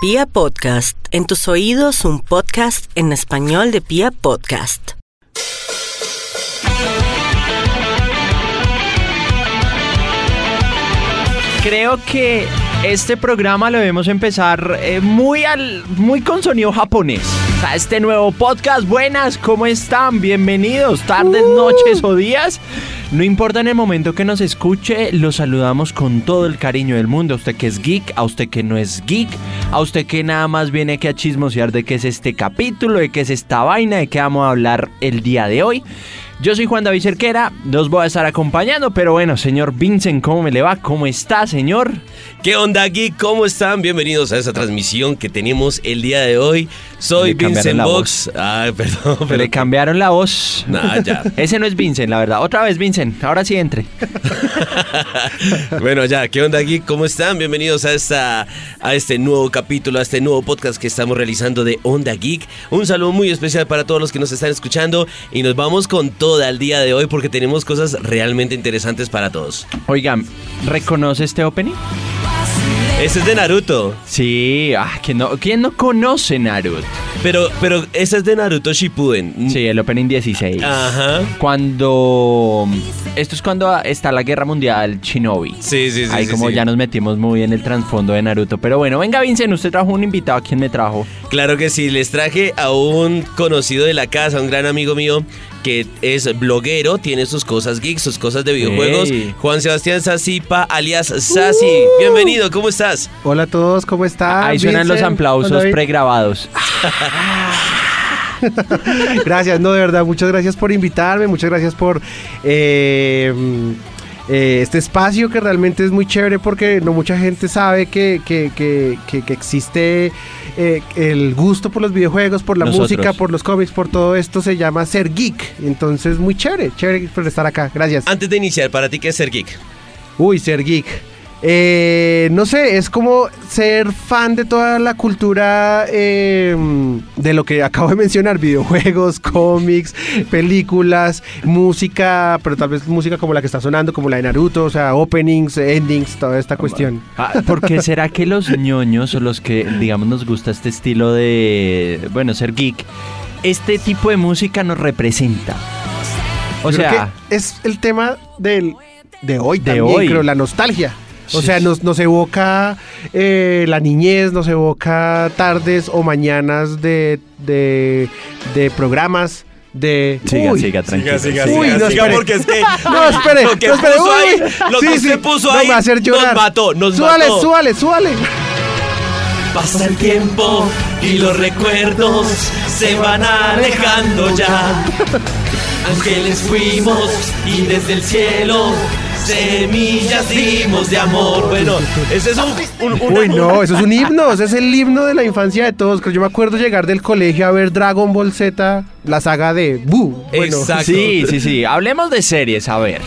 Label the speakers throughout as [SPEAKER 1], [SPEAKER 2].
[SPEAKER 1] Pia Podcast, en tus oídos un podcast en español de Pia Podcast.
[SPEAKER 2] Creo que este programa lo debemos empezar eh, muy, al, muy con sonido japonés. O sea, este nuevo podcast, buenas, ¿cómo están? Bienvenidos, tardes, noches o días. No importa en el momento que nos escuche, los saludamos con todo el cariño del mundo. A usted que es geek, a usted que no es geek, a usted que nada más viene aquí a chismosear de qué es este capítulo, de qué es esta vaina, de qué vamos a hablar el día de hoy. Yo soy Juan David Cerquera, los voy a estar acompañando, pero bueno, señor Vincent, ¿cómo me le va? ¿Cómo está, señor?
[SPEAKER 3] ¿Qué onda, Geek? ¿Cómo están? Bienvenidos a esta transmisión que tenemos el día de hoy. Soy
[SPEAKER 2] Le cambiaron
[SPEAKER 3] Vincent
[SPEAKER 2] la
[SPEAKER 3] Box. Ay, perdón, pero.
[SPEAKER 2] Le cambiaron la voz.
[SPEAKER 3] Nah, ya.
[SPEAKER 2] Ese no es Vincent, la verdad. Otra vez Vincent, ahora sí entre.
[SPEAKER 3] bueno, ya. ¿Qué onda, Geek? ¿Cómo están? Bienvenidos a, esta, a este nuevo capítulo, a este nuevo podcast que estamos realizando de Onda Geek. Un saludo muy especial para todos los que nos están escuchando y nos vamos con toda el día de hoy porque tenemos cosas realmente interesantes para todos.
[SPEAKER 2] Oigan, ¿reconoce este opening?
[SPEAKER 3] Este es de Naruto,
[SPEAKER 2] Sí, ah, ¿quién no, quién no conoce Naruto?
[SPEAKER 3] pero, pero este es de Naruto Shippuden.
[SPEAKER 2] Sí, el opening 16.
[SPEAKER 3] Ajá.
[SPEAKER 2] Cuando... Esto es cuando está la guerra mundial Shinobi.
[SPEAKER 3] Sí, sí, sí.
[SPEAKER 2] Ahí
[SPEAKER 3] sí,
[SPEAKER 2] como
[SPEAKER 3] sí.
[SPEAKER 2] ya nos metimos muy en el trasfondo de Naruto. Pero bueno, venga Vincent, usted trajo un invitado. ¿Quién me trajo?
[SPEAKER 3] Claro que sí, les traje a un conocido de la casa, un gran amigo mío que es bloguero, tiene sus cosas geeks, sus cosas de videojuegos.
[SPEAKER 2] Ey.
[SPEAKER 3] Juan Sebastián Sassipa, alias Sassi.
[SPEAKER 4] Uh.
[SPEAKER 3] Bienvenido, ¿cómo estás?
[SPEAKER 4] Hola a todos, ¿cómo están?
[SPEAKER 3] Ah,
[SPEAKER 2] Ahí suenan los
[SPEAKER 4] Vincent,
[SPEAKER 2] aplausos
[SPEAKER 4] David.
[SPEAKER 2] pregrabados.
[SPEAKER 4] Gracias, no, de verdad, muchas gracias por invitarme, muchas gracias por eh, eh, este espacio que realmente es muy chévere porque no mucha gente sabe que, que- que- que- que existe eh, el gusto por los videojuegos, por la
[SPEAKER 2] Nosotros.
[SPEAKER 4] música, por los cómics, por todo esto, se llama ser geek. Entonces, muy chévere, chévere por estar acá, gracias.
[SPEAKER 3] Antes de iniciar, ¿para ti qué es ser geek?
[SPEAKER 4] Uy, ser geek. Eh, no sé, es como ser fan de toda la cultura eh, de lo que acabo de mencionar, videojuegos, cómics, películas, música, pero tal vez música como la que está sonando, como la de Naruto, o sea, openings, endings, toda esta cuestión.
[SPEAKER 2] Ah, ¿Por qué será que los ñoños o los que, digamos, nos gusta este estilo de, bueno, ser geek, este tipo de música nos representa? O
[SPEAKER 4] Yo creo
[SPEAKER 2] sea,
[SPEAKER 4] que es el tema del, de hoy,
[SPEAKER 2] De
[SPEAKER 4] también,
[SPEAKER 2] hoy.
[SPEAKER 4] creo, la nostalgia. O
[SPEAKER 2] Sí,
[SPEAKER 4] sea,
[SPEAKER 2] sí.
[SPEAKER 4] nos, nos evoca eh, la niñez, nos evoca tardes o mañanas de, de, de programas, de...
[SPEAKER 2] siga,
[SPEAKER 4] Uy,
[SPEAKER 2] siga, tranquilo.
[SPEAKER 4] siga. Uy, no, espere.
[SPEAKER 3] porque es que
[SPEAKER 4] No, espere,
[SPEAKER 3] lo que
[SPEAKER 4] no, espere.
[SPEAKER 3] puso ahí,
[SPEAKER 4] uy.
[SPEAKER 3] lo que usted puso
[SPEAKER 4] no
[SPEAKER 3] ahí
[SPEAKER 4] me va a hacer
[SPEAKER 3] nos
[SPEAKER 4] llorar.
[SPEAKER 3] mató, nos
[SPEAKER 4] súbale,
[SPEAKER 3] mató.
[SPEAKER 4] Súbale, súbale,
[SPEAKER 3] Pasa el tiempo y los recuerdos se van alejando ya. Ángeles fuimos y desde el cielo semillas dimos de amor. Bueno, ese es un... un- una-
[SPEAKER 4] Uy, no, eso es un himno, ese es el himno de la infancia de todos. Yo me acuerdo llegar del colegio a ver Dragon Ball Z, la saga de Buu. Bueno,
[SPEAKER 3] Exacto.
[SPEAKER 2] Sí, sí, sí. Hablemos de series, a ver.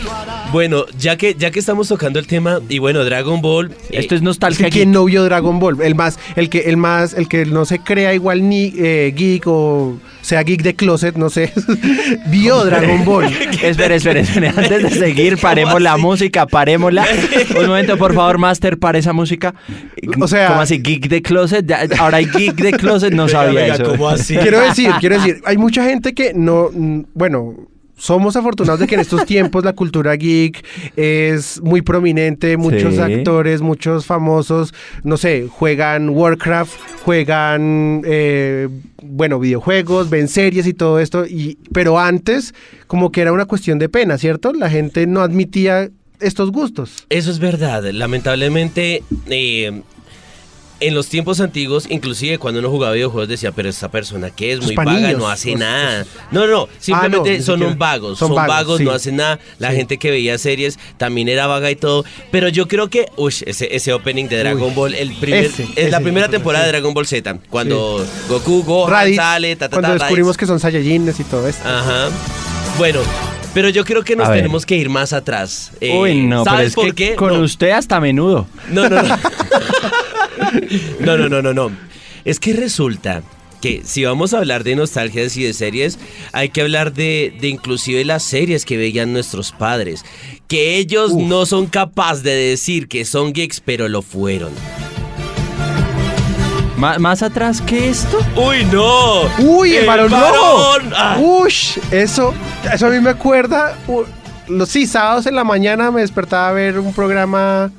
[SPEAKER 3] Bueno, ya que, ya que estamos tocando el tema, y bueno, Dragon Ball...
[SPEAKER 2] Esto
[SPEAKER 3] eh,
[SPEAKER 2] es
[SPEAKER 4] Es que
[SPEAKER 2] nostalgia.
[SPEAKER 4] ¿Quién no vio Dragon Ball? El más, el que, el más, el que no se crea igual ni eh, geek o sea geek de closet, no sé, vio Dragon Ball.
[SPEAKER 2] Espera, espera, espera. Antes de seguir, paremos la música, parémosla. Un momento, por favor, Master, para esa música.
[SPEAKER 4] O sea-
[SPEAKER 2] ¿Cómo así? ¿Geek de closet? Ya, Ahora hay geek de closet, no
[SPEAKER 3] venga,
[SPEAKER 2] sabía
[SPEAKER 3] venga,
[SPEAKER 2] eso.
[SPEAKER 3] ¿cómo así?
[SPEAKER 4] Quiero decir, quiero decir, hay mucha gente que no, mm, bueno, somos afortunados de que en estos tiempos la cultura geek es muy prominente, muchos
[SPEAKER 2] Sí.
[SPEAKER 4] actores, muchos famosos, no sé, juegan Warcraft, juegan, eh, bueno, videojuegos, ven series y todo esto, y, pero antes como que era una cuestión de pena, ¿cierto? La gente no admitía estos gustos.
[SPEAKER 3] Eso es verdad. Lamentablemente, eh, en los tiempos antiguos, inclusive cuando uno jugaba videojuegos, decía, pero esta persona que es
[SPEAKER 4] Los
[SPEAKER 3] muy vaga,
[SPEAKER 4] panillos,
[SPEAKER 3] no hace
[SPEAKER 4] los- Ah,
[SPEAKER 3] nada. No, no, simplemente
[SPEAKER 4] ni
[SPEAKER 3] son
[SPEAKER 4] siquiera.
[SPEAKER 3] un vagos. Son,
[SPEAKER 4] Son
[SPEAKER 3] vagos,
[SPEAKER 4] vagos, sí.
[SPEAKER 3] no hacen nada. La
[SPEAKER 4] Sí.
[SPEAKER 3] gente que veía series también era vaga y todo. Pero yo creo que, uy, ese, ese opening de Dragon Ball, el primer,
[SPEAKER 4] ese,
[SPEAKER 3] es
[SPEAKER 4] ese,
[SPEAKER 3] la primera
[SPEAKER 4] ese.
[SPEAKER 3] temporada de Dragon Ball Z, cuando Goku, Gohan,
[SPEAKER 4] Raditz,
[SPEAKER 3] sale, ta, ta, ta,
[SPEAKER 4] cuando
[SPEAKER 3] Raditz.
[SPEAKER 4] descubrimos que son Saiyajines y todo esto.
[SPEAKER 3] Ajá. Bueno. Pero yo creo que nos
[SPEAKER 2] A ver.
[SPEAKER 3] tenemos que ir más atrás. Eh,
[SPEAKER 2] Uy, no, pero
[SPEAKER 3] ¿Sabes
[SPEAKER 2] es
[SPEAKER 3] por
[SPEAKER 2] que
[SPEAKER 3] qué?
[SPEAKER 2] con
[SPEAKER 3] No.
[SPEAKER 2] usted hasta menudo.
[SPEAKER 3] No, no, no. No, no, no, no, no. Es que resulta que si vamos a hablar de nostalgias y de series, hay que hablar de, de inclusive las series que veían nuestros padres. Que ellos no son capaces de decir que son geeks, pero lo fueron.
[SPEAKER 2] Ma- ¿Más atrás que esto?
[SPEAKER 3] ¡Uy, no!
[SPEAKER 4] ¡Uy, el, varón rojo!
[SPEAKER 3] varón! Ah,
[SPEAKER 4] ¡Ush! Eso, eso a mí me acuerda. u- los sí, sábados en la mañana me despertaba a ver un programa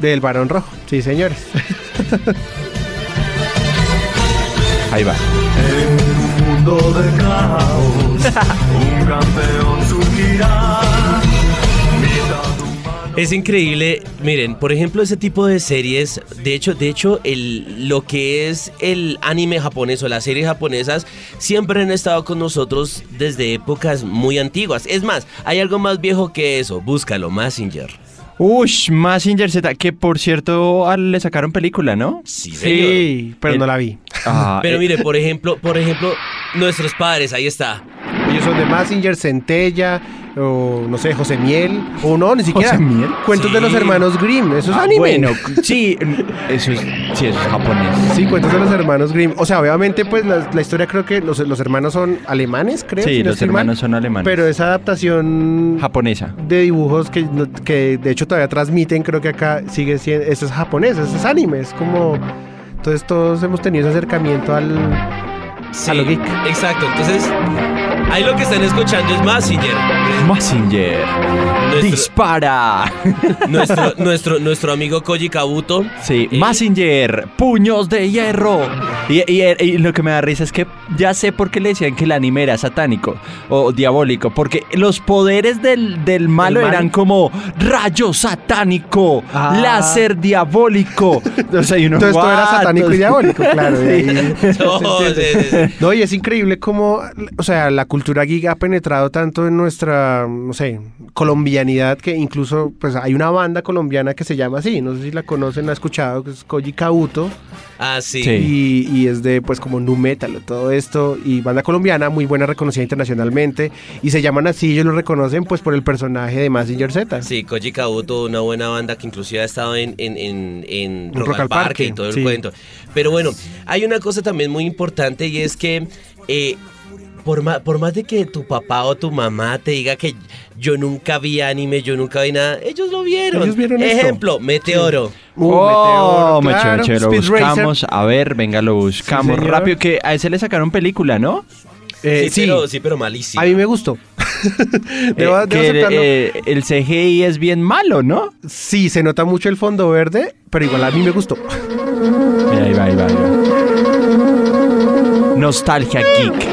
[SPEAKER 4] del varón rojo. Sí, señores.
[SPEAKER 2] Ahí va.
[SPEAKER 5] mundo de caos, un campeón surgirá. Mitad humano,
[SPEAKER 3] Es increíble, miren, por ejemplo, ese tipo de series, de hecho, de hecho, el, lo que es el anime japonés o las series japonesas siempre han estado con nosotros desde épocas muy antiguas. Es más, hay algo más viejo que eso, búscalo, Massinger.
[SPEAKER 2] Ush, Massinger Z, que por cierto ah, le sacaron película, ¿no?
[SPEAKER 3] Sí, señor.
[SPEAKER 4] Sí, pero no la vi.
[SPEAKER 2] Ah,
[SPEAKER 3] Pero
[SPEAKER 2] eh,
[SPEAKER 3] mire, por ejemplo, por ejemplo, nuestros padres, ahí está.
[SPEAKER 4] Ellos son de Massinger, Centella, o no sé, José Miel. O no, ni siquiera.
[SPEAKER 2] ¿José Miel?
[SPEAKER 4] Cuentos de
[SPEAKER 3] Sí.
[SPEAKER 4] los hermanos Grimm. Eso es
[SPEAKER 2] ah,
[SPEAKER 4] anime.
[SPEAKER 2] Bueno, sí, eso es, sí, eso es japonés.
[SPEAKER 4] Sí, cuentos de los hermanos Grimm. O sea, obviamente, pues la, la historia creo que los, los hermanos son alemanes, creo.
[SPEAKER 2] Sí,
[SPEAKER 4] si no
[SPEAKER 2] los
[SPEAKER 4] estoy mal.
[SPEAKER 2] hermanos son alemanes.
[SPEAKER 4] Pero esa adaptación
[SPEAKER 2] Japonesa.
[SPEAKER 4] de dibujos que, no- que de hecho todavía transmiten, creo que acá sigue siendo. Eso es japonés, eso es anime. Es como. Entonces, todos hemos tenido ese acercamiento al.
[SPEAKER 3] Sí,
[SPEAKER 4] A lo geek.
[SPEAKER 3] Exacto, entonces, ahí lo que están escuchando es Massinger.
[SPEAKER 2] Massinger.
[SPEAKER 3] Nuestro,
[SPEAKER 2] Dispara.
[SPEAKER 3] nuestro, nuestro, nuestro amigo Koji Kabuto.
[SPEAKER 2] Sí,
[SPEAKER 3] Eh,
[SPEAKER 2] Massinger, puños de hierro. Y, y- y lo que me da risa es que ya sé por qué le decían que el anime era satánico o diabólico, porque los poderes del, del malo
[SPEAKER 4] ¿Del mal?
[SPEAKER 2] eran como rayo satánico,
[SPEAKER 4] Ah.
[SPEAKER 2] láser diabólico. O sea, y uno,
[SPEAKER 4] Entonces, todo era
[SPEAKER 2] "What?".
[SPEAKER 4] satánico y diabólico, claro. y
[SPEAKER 2] Sí.
[SPEAKER 4] ahí-
[SPEAKER 3] no, sí, sí, sí.
[SPEAKER 4] No, y es increíble cómo, o sea, la cultura geek ha penetrado tanto en nuestra, no sé, colombianidad que incluso, pues hay una banda colombiana que se llama así, no sé si la conocen, la han escuchado, que es Koji Kabuto,
[SPEAKER 3] Ah, sí.
[SPEAKER 2] Sí.
[SPEAKER 4] y, y es de, pues como nu metal, todo esto, y banda colombiana muy buena, reconocida internacionalmente, y se llaman así, ellos lo reconocen pues por el personaje de Mazinger Z.
[SPEAKER 3] Sí, Koji Kabuto, una buena banda que inclusive ha estado en, en, en, en
[SPEAKER 4] Rock al
[SPEAKER 3] Parque,
[SPEAKER 4] Parque,
[SPEAKER 3] y todo el
[SPEAKER 4] sí.
[SPEAKER 3] cuento. Pero bueno, hay una cosa también muy importante y es que eh, por, ma- por más de que tu papá o tu mamá te diga que yo nunca vi anime, yo nunca vi nada, ellos lo vieron.
[SPEAKER 4] Ellos vieron esto.
[SPEAKER 3] Ejemplo, Meteoro.
[SPEAKER 4] Uh,
[SPEAKER 2] oh,
[SPEAKER 4] Meteoro, claro,
[SPEAKER 2] meche, meche, lo
[SPEAKER 4] Speed Racer.
[SPEAKER 2] buscamos. A ver, venga, lo buscamos
[SPEAKER 4] señor.
[SPEAKER 2] rápido. Que a ese le sacaron película, ¿no?
[SPEAKER 4] Eh, sí,
[SPEAKER 3] Pero, sí, pero malísimo.
[SPEAKER 4] a mí me gustó. debo,
[SPEAKER 2] Eh,
[SPEAKER 4] debo
[SPEAKER 2] que
[SPEAKER 4] aceptarlo.
[SPEAKER 2] eh, el CGI es bien malo, ¿no?
[SPEAKER 4] Sí, se nota mucho el fondo verde, pero igual a mí me gustó.
[SPEAKER 2] Mira, ahí va, ahí va, ahí va. Nostalgia Geek.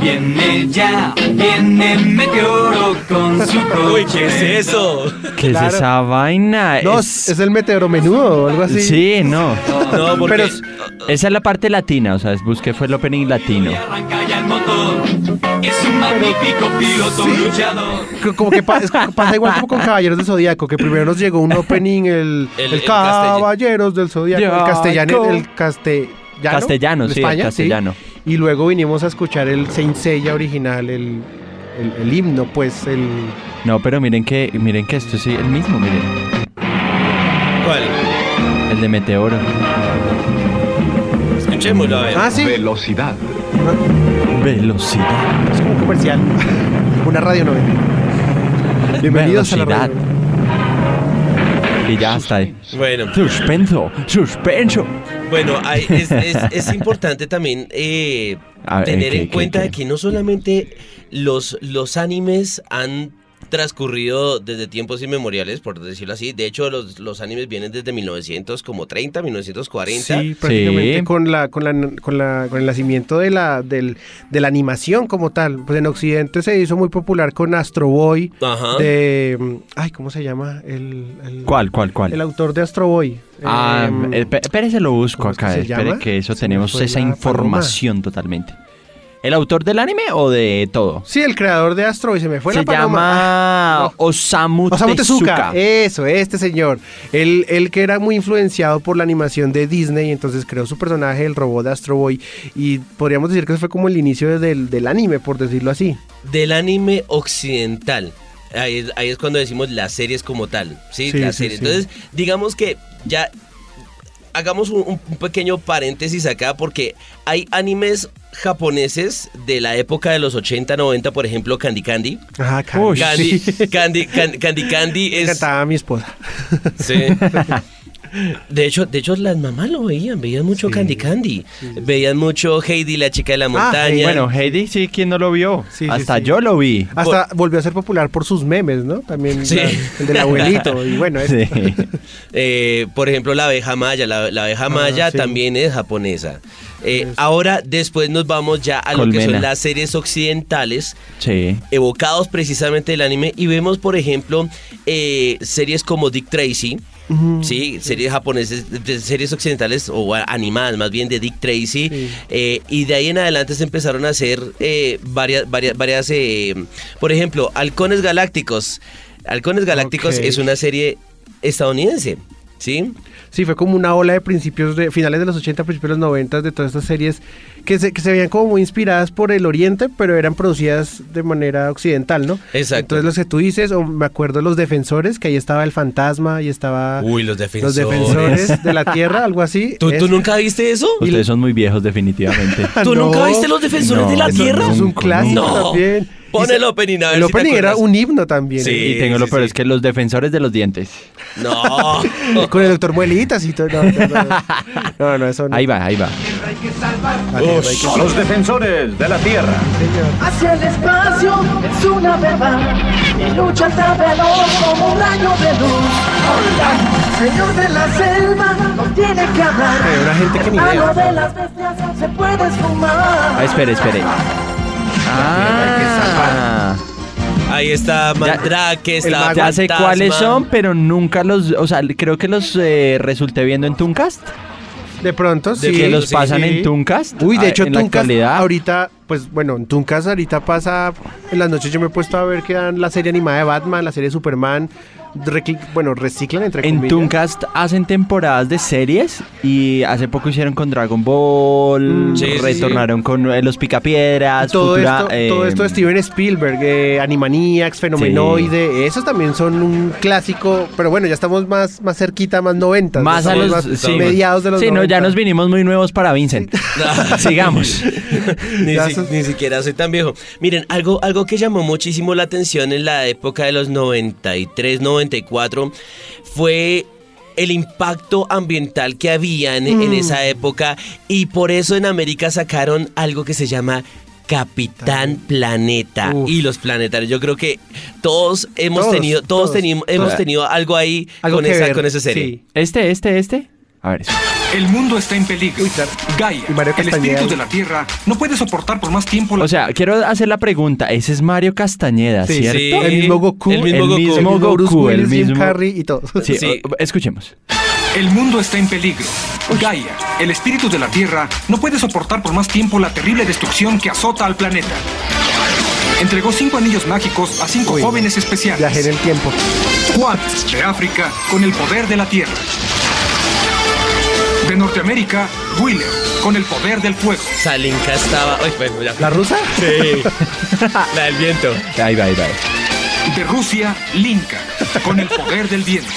[SPEAKER 6] Viene ya, viene Meteoro con su
[SPEAKER 3] Uy,
[SPEAKER 6] coche.
[SPEAKER 3] ¿qué es eso?
[SPEAKER 2] ¿Qué es
[SPEAKER 4] Claro.
[SPEAKER 2] esa vaina?
[SPEAKER 4] No,
[SPEAKER 2] Es-
[SPEAKER 4] es, el meteoro menudo o algo así.
[SPEAKER 2] Sí, no.
[SPEAKER 3] No, porque
[SPEAKER 4] Pero-
[SPEAKER 2] Esa es la parte latina, o sea, busqué fue el opening latino.
[SPEAKER 6] Y arranca ya el motor. Es un magnífico piloto luchador.
[SPEAKER 4] C- Como que pa- es- pasa igual como con Caballeros del Zodíaco, que primero nos llegó un opening, el,
[SPEAKER 3] El-
[SPEAKER 4] el,
[SPEAKER 3] el
[SPEAKER 4] Caballeros del Zodiaco, el castellano,
[SPEAKER 2] Zodiaco.
[SPEAKER 4] el castellano.
[SPEAKER 2] Castellano,
[SPEAKER 4] de
[SPEAKER 2] sí, el
[SPEAKER 4] España,
[SPEAKER 2] castellano.
[SPEAKER 4] Y luego vinimos a escuchar el Saint Seiya original, el, el- el himno, pues, el...
[SPEAKER 2] No, pero miren que, miren que esto sí, el mismo, miren.
[SPEAKER 3] ¿Cuál?
[SPEAKER 2] El de Meteoro.
[SPEAKER 3] Escuchémoslo, a ver.
[SPEAKER 4] Ah, sí,
[SPEAKER 5] Velocidad.
[SPEAKER 2] Velocidad.
[SPEAKER 4] es como un comercial, una radio novela. Bienvenidos a la
[SPEAKER 2] Velocidad.
[SPEAKER 4] radio novela.
[SPEAKER 2] Y ya está ahí.
[SPEAKER 3] Bueno.
[SPEAKER 2] Suspenso, suspenso.
[SPEAKER 3] Bueno, hay- es, es- es importante también eh,
[SPEAKER 2] A ver,
[SPEAKER 3] tener
[SPEAKER 2] ¿qué,
[SPEAKER 3] en
[SPEAKER 2] qué,
[SPEAKER 3] cuenta
[SPEAKER 2] qué?
[SPEAKER 3] que no solamente los, los animes han transcurrido desde tiempos inmemoriales, por decirlo así. De hecho, los, los animes vienen desde 1930, 1940.
[SPEAKER 4] Sí, prácticamente
[SPEAKER 2] Sí.
[SPEAKER 4] Con, la, con, la, con, la- con el nacimiento de la, del, de la animación como tal. Pues en Occidente se hizo muy popular con Astro Boy.
[SPEAKER 3] Ajá.
[SPEAKER 4] De. mm, Ay, ¿cómo se llama? El, el-
[SPEAKER 2] ¿Cuál, cuál, cuál?
[SPEAKER 4] El autor de Astro Boy.
[SPEAKER 2] Ah,
[SPEAKER 4] Em,
[SPEAKER 2] espe- espérese, lo busco
[SPEAKER 4] ¿cómo es que
[SPEAKER 2] acá.
[SPEAKER 4] se
[SPEAKER 2] espere
[SPEAKER 4] llama?
[SPEAKER 2] que eso
[SPEAKER 4] Se me
[SPEAKER 2] tenemos
[SPEAKER 4] fue
[SPEAKER 2] esa
[SPEAKER 4] la
[SPEAKER 2] información totalmente. ¿El autor del anime o de todo?
[SPEAKER 4] sí, el creador de Astro Boy se me fue
[SPEAKER 2] Se
[SPEAKER 4] la paloma. Ah,
[SPEAKER 2] llama
[SPEAKER 4] no.
[SPEAKER 2] Osamu,
[SPEAKER 4] Osamu
[SPEAKER 2] Tezuka.
[SPEAKER 4] Tezuka, eso, este señor. Él, él que era muy influenciado por la animación de Disney, entonces creó su personaje, el robot de Astro Boy. Y podríamos decir que ese fue como el inicio del, del anime, por decirlo así.
[SPEAKER 3] Del anime occidental. Ahí, es- ahí es cuando decimos las series como tal. Sí,
[SPEAKER 4] Sí,
[SPEAKER 3] las
[SPEAKER 4] sí,
[SPEAKER 3] series.
[SPEAKER 4] sí.
[SPEAKER 3] Entonces, digamos que ya hagamos un, un- un pequeño paréntesis acá porque hay animes japoneses de la época de los 80, 90, por ejemplo, Candy Candy.
[SPEAKER 4] Ajá,
[SPEAKER 2] Uy,
[SPEAKER 3] Candy,
[SPEAKER 4] sí.
[SPEAKER 3] Candy, Can- Candy, Candy
[SPEAKER 4] Me
[SPEAKER 3] es...
[SPEAKER 4] encantaba mi esposa.
[SPEAKER 3] Sí. De hecho, de hecho, las mamás lo veían, veían mucho Candy Candy, veían mucho Heidi, la chica de la montaña.
[SPEAKER 2] Bueno, Heidi sí, ¿quién no lo vio?
[SPEAKER 4] Sí, sí,
[SPEAKER 2] Hasta
[SPEAKER 4] sí.
[SPEAKER 2] yo lo vi.
[SPEAKER 4] Hasta volvió a ser popular por sus memes, ¿no? También
[SPEAKER 3] Sí.
[SPEAKER 4] la- el del abuelito. Y bueno,
[SPEAKER 2] Sí.
[SPEAKER 4] este.
[SPEAKER 3] Eh, por ejemplo, la abeja maya. La, la abeja maya
[SPEAKER 4] sí.
[SPEAKER 3] también es japonesa. Eh, ahora, después nos vamos ya a lo que
[SPEAKER 2] Colmena.
[SPEAKER 3] son las series occidentales,
[SPEAKER 2] sí.
[SPEAKER 3] evocados precisamente del anime, y vemos, por ejemplo, eh, series como Dick Tracy. Sí, series japonesas, de series occidentales o a- animadas más bien de Dick Tracy. eh, y de ahí en adelante se empezaron a hacer eh, varias, varias, varias eh, por ejemplo, Halcones Galácticos. Halcones Galácticos
[SPEAKER 4] Ok.
[SPEAKER 3] es una serie estadounidense, ¿sí?
[SPEAKER 4] Sí, fue como una ola de principios, de finales de los 80, principios de los 90, de todas estas series que se, que se veían como muy inspiradas por el oriente, pero eran producidas de manera occidental, ¿no?
[SPEAKER 3] Exacto.
[SPEAKER 4] Entonces, los que tú dices, o me acuerdo los defensores, que ahí estaba el fantasma, y estaba
[SPEAKER 3] Uy, los
[SPEAKER 4] Ah, los
[SPEAKER 3] defensores.
[SPEAKER 4] defensores de la tierra, algo así.
[SPEAKER 3] ¿Tú, tú
[SPEAKER 4] Es-
[SPEAKER 3] nunca viste eso?
[SPEAKER 2] Ustedes son muy viejos, definitivamente.
[SPEAKER 3] ¿Tú
[SPEAKER 4] No.
[SPEAKER 3] nunca viste los defensores
[SPEAKER 2] No,
[SPEAKER 3] de la
[SPEAKER 2] eso
[SPEAKER 3] tierra?
[SPEAKER 4] Es un
[SPEAKER 2] Nunca,
[SPEAKER 4] clásico
[SPEAKER 3] No.
[SPEAKER 4] también.
[SPEAKER 3] Pon
[SPEAKER 4] Y se-
[SPEAKER 3] el opening a ver
[SPEAKER 4] El
[SPEAKER 3] si te
[SPEAKER 4] opening era
[SPEAKER 3] acuerdas.
[SPEAKER 4] un himno también. ¿eh?
[SPEAKER 3] Sí.
[SPEAKER 2] y tengo lo
[SPEAKER 3] sí,
[SPEAKER 2] peor,
[SPEAKER 3] sí.
[SPEAKER 2] es que los defensores de los dientes.
[SPEAKER 3] No.
[SPEAKER 4] ¿eh? Con el doctor Muelitas y todo. No, no, no. No, no, eso no.
[SPEAKER 2] Ahí va, ahí va.
[SPEAKER 7] Los defensores de la tierra.
[SPEAKER 8] Hacia el espacio es una verdad y lucha tan veloz como un rayo de luz. Hola, señor de la selva, no tiene que hablar.
[SPEAKER 4] Pero una gente que ni
[SPEAKER 8] Hermano
[SPEAKER 4] idea.
[SPEAKER 8] de las bestias se puede esfumar.
[SPEAKER 2] Ah, espere, espere. Ah,
[SPEAKER 3] Ahí está Mandrake,
[SPEAKER 4] el
[SPEAKER 3] está
[SPEAKER 4] mago.
[SPEAKER 2] ya sé
[SPEAKER 3] Fantasma.
[SPEAKER 2] cuáles son, pero nunca los, o sea, creo que los eh, resulté viendo en Tooncast.
[SPEAKER 4] De pronto, sí.
[SPEAKER 2] que los
[SPEAKER 4] sí,
[SPEAKER 2] pasan
[SPEAKER 4] sí.
[SPEAKER 2] en Tooncast.
[SPEAKER 4] Uy, de
[SPEAKER 2] Ah,
[SPEAKER 4] hecho,
[SPEAKER 2] en la
[SPEAKER 4] Tuncas
[SPEAKER 2] actualidad.
[SPEAKER 4] ahorita, pues bueno, en Tuncas ahorita pasa. En las noches yo me he puesto a ver que dan la serie animada de Batman, la serie de Superman. recli- bueno, reciclan entre
[SPEAKER 2] En
[SPEAKER 4] comillas.
[SPEAKER 2] Tooncast hacen temporadas de series y hace poco hicieron con Dragon Ball,
[SPEAKER 4] Mm,
[SPEAKER 3] sí, sí,
[SPEAKER 2] retornaron con eh, los Picapiedras,
[SPEAKER 4] Todo,
[SPEAKER 2] Futura-
[SPEAKER 4] esto,
[SPEAKER 2] eh,
[SPEAKER 4] todo esto de Steven Spielberg, eh, Animaniacs, Fenomenoide, esos también son un clásico, pero bueno, ya estamos más, más cerquita, más 90,
[SPEAKER 2] Más a los
[SPEAKER 4] Estamos más
[SPEAKER 2] sí.
[SPEAKER 4] mediados de los
[SPEAKER 2] Sí, no, ya
[SPEAKER 4] 90.
[SPEAKER 2] nos vinimos muy nuevos para Vincent. Sigamos.
[SPEAKER 3] ni,
[SPEAKER 4] Ya
[SPEAKER 3] si-
[SPEAKER 4] sos-
[SPEAKER 3] ni siquiera soy tan viejo. Miren, algo, algo que llamó muchísimo la atención en la época de los 93, 94 fue el impacto ambiental que había en,
[SPEAKER 4] Mm.
[SPEAKER 3] en esa época y por eso en América sacaron algo que se llama Capitán Planeta
[SPEAKER 4] Uf.
[SPEAKER 3] y los planetarios. Yo creo que todos hemos
[SPEAKER 4] Todos,
[SPEAKER 3] tenido, todos,
[SPEAKER 4] todos,
[SPEAKER 3] tenim- hemos
[SPEAKER 4] todos.
[SPEAKER 3] tenido algo ahí
[SPEAKER 4] Algo
[SPEAKER 3] con,
[SPEAKER 4] que
[SPEAKER 3] esa,
[SPEAKER 4] ver,
[SPEAKER 3] con esa serie.
[SPEAKER 4] sí.
[SPEAKER 2] Este, este, este. A ver. eso.
[SPEAKER 9] El mundo está en peligro.
[SPEAKER 4] Uy, claro.
[SPEAKER 9] Gaia,
[SPEAKER 4] Y Mario
[SPEAKER 9] el
[SPEAKER 4] Castañeda.
[SPEAKER 9] espíritu de la Tierra, no puede soportar por más tiempo la...
[SPEAKER 2] O sea, quiero hacer la pregunta. Ese es Mario Castañeda,
[SPEAKER 4] Sí,
[SPEAKER 2] ¿cierto?
[SPEAKER 3] sí.
[SPEAKER 4] El mismo Goku,
[SPEAKER 3] El mismo
[SPEAKER 2] El
[SPEAKER 3] Goku.
[SPEAKER 2] mismo
[SPEAKER 4] el mismo
[SPEAKER 2] Goku,
[SPEAKER 4] Bruce
[SPEAKER 2] el
[SPEAKER 4] Willis, Jim
[SPEAKER 2] mismo-
[SPEAKER 4] Carrey y todo.
[SPEAKER 2] Sí,
[SPEAKER 3] Sí.
[SPEAKER 2] o- escuchemos.
[SPEAKER 9] el mundo está en peligro. Gaia, el espíritu de la Tierra, no puede soportar por más tiempo la terrible destrucción que azota al planeta. Entregó cinco anillos mágicos a cinco
[SPEAKER 4] Uy,
[SPEAKER 9] jóvenes especiales.
[SPEAKER 4] Viajé en el tiempo.
[SPEAKER 9] Juan, de África, con el poder de la Tierra. De Norteamérica, Wheeler, con el poder del fuego.
[SPEAKER 3] Salinka estaba... Ay, bueno, ya.
[SPEAKER 4] ¿La rusa?
[SPEAKER 3] Sí. la del viento.
[SPEAKER 2] Ahí va, ahí va.
[SPEAKER 9] De Rusia, Linka, con el poder del viento.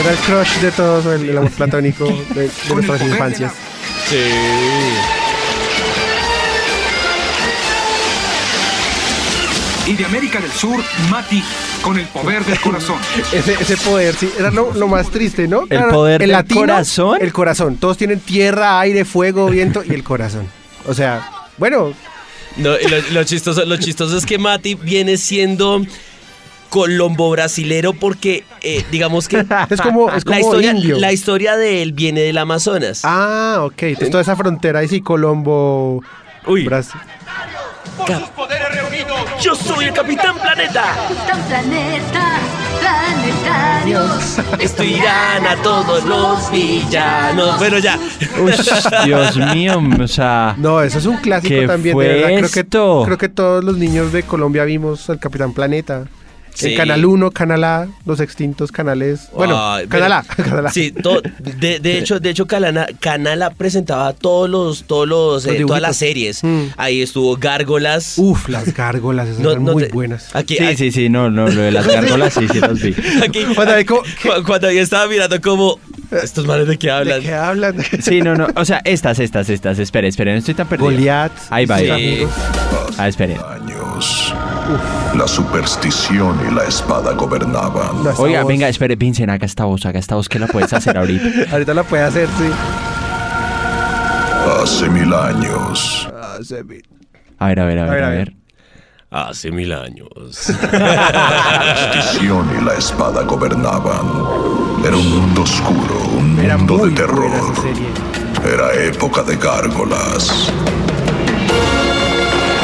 [SPEAKER 4] Era el crush de todos, el, el amor platónico de, de
[SPEAKER 9] Con el
[SPEAKER 4] nuestras
[SPEAKER 9] poder del
[SPEAKER 4] infancias.
[SPEAKER 9] agua. Y de América del Sur, Mati, con el poder del corazón.
[SPEAKER 4] Ese, ese poder, sí, era lo, lo más triste, ¿no? Claro,
[SPEAKER 2] poder del corazón.
[SPEAKER 4] El corazón. Todos tienen tierra, aire, fuego, viento y el corazón. O sea, bueno,
[SPEAKER 3] No, y lo, lo chistoso, lo chistoso es que Mati viene siendo colombo brasilero porque eh, digamos que
[SPEAKER 4] es como, es como
[SPEAKER 3] la, historia,
[SPEAKER 4] indio.
[SPEAKER 3] la historia de él viene del Amazonas.
[SPEAKER 4] Ah, ok. Entonces toda esa frontera ahí sí, Colombo.
[SPEAKER 3] Uy.
[SPEAKER 4] Brasil.
[SPEAKER 3] Yo soy el capitán planeta.
[SPEAKER 10] Son planetas, planetarios.
[SPEAKER 3] Esto irán a todos los villanos. Bueno, ya.
[SPEAKER 2] Ush, Dios mío, o sea.
[SPEAKER 4] No, eso es un clásico
[SPEAKER 2] ¿Qué
[SPEAKER 4] también,
[SPEAKER 2] fue
[SPEAKER 4] de verdad. Creo que,
[SPEAKER 2] esto?
[SPEAKER 4] creo que todos los niños de Colombia vimos al Capitán Planeta.
[SPEAKER 3] Sí.
[SPEAKER 4] En Canal 1, Canal A, los extintos canales.
[SPEAKER 3] Ay,
[SPEAKER 4] bueno, Canal A.
[SPEAKER 3] Ah, pero-
[SPEAKER 4] Canal A.
[SPEAKER 3] Sí, to- de, de hecho, de hecho Calana- Canala presentaba todos los, todos los, eh,
[SPEAKER 4] dibujitos.
[SPEAKER 3] todas las series.
[SPEAKER 4] Mm.
[SPEAKER 3] Ahí estuvo Gárgolas.
[SPEAKER 4] Uf, las gárgolas, esas
[SPEAKER 3] No-
[SPEAKER 4] eran
[SPEAKER 3] no
[SPEAKER 4] muy
[SPEAKER 3] te-
[SPEAKER 4] buenas.
[SPEAKER 3] Aquí, ah.
[SPEAKER 2] Sí,
[SPEAKER 3] aquí-
[SPEAKER 2] sí, sí, no, no, lo de las gárgolas sí, sí las vi.
[SPEAKER 3] aquí-
[SPEAKER 4] Cuando hay como-
[SPEAKER 3] Cu- Cuando yo estaba mirando como ¿Estos manes de qué hablan?
[SPEAKER 4] ¿De qué hablan?
[SPEAKER 2] Sí, no, no. O sea, estas, estas, estas. Espera, espera, no estoy tan perdido.
[SPEAKER 4] Goliat.
[SPEAKER 2] Ahí va.
[SPEAKER 3] Sí.
[SPEAKER 2] ahí va. Ah, esperen.
[SPEAKER 11] Años. La superstición y la espada gobernaban.
[SPEAKER 4] No, esa
[SPEAKER 2] Oiga,
[SPEAKER 4] voz.
[SPEAKER 2] venga, espere, Vincent, haga esta voz, haga esta voz que la puedes hacer ahorita.
[SPEAKER 4] Ahorita la puede hacer, sí.
[SPEAKER 11] Hace mil años.
[SPEAKER 2] A ver, a ver, a ver, a ver.
[SPEAKER 3] Hace mil años.
[SPEAKER 11] La superstición y la espada gobernaban. Era un mundo oscuro, un mundo de terror. Era época de gárgolas.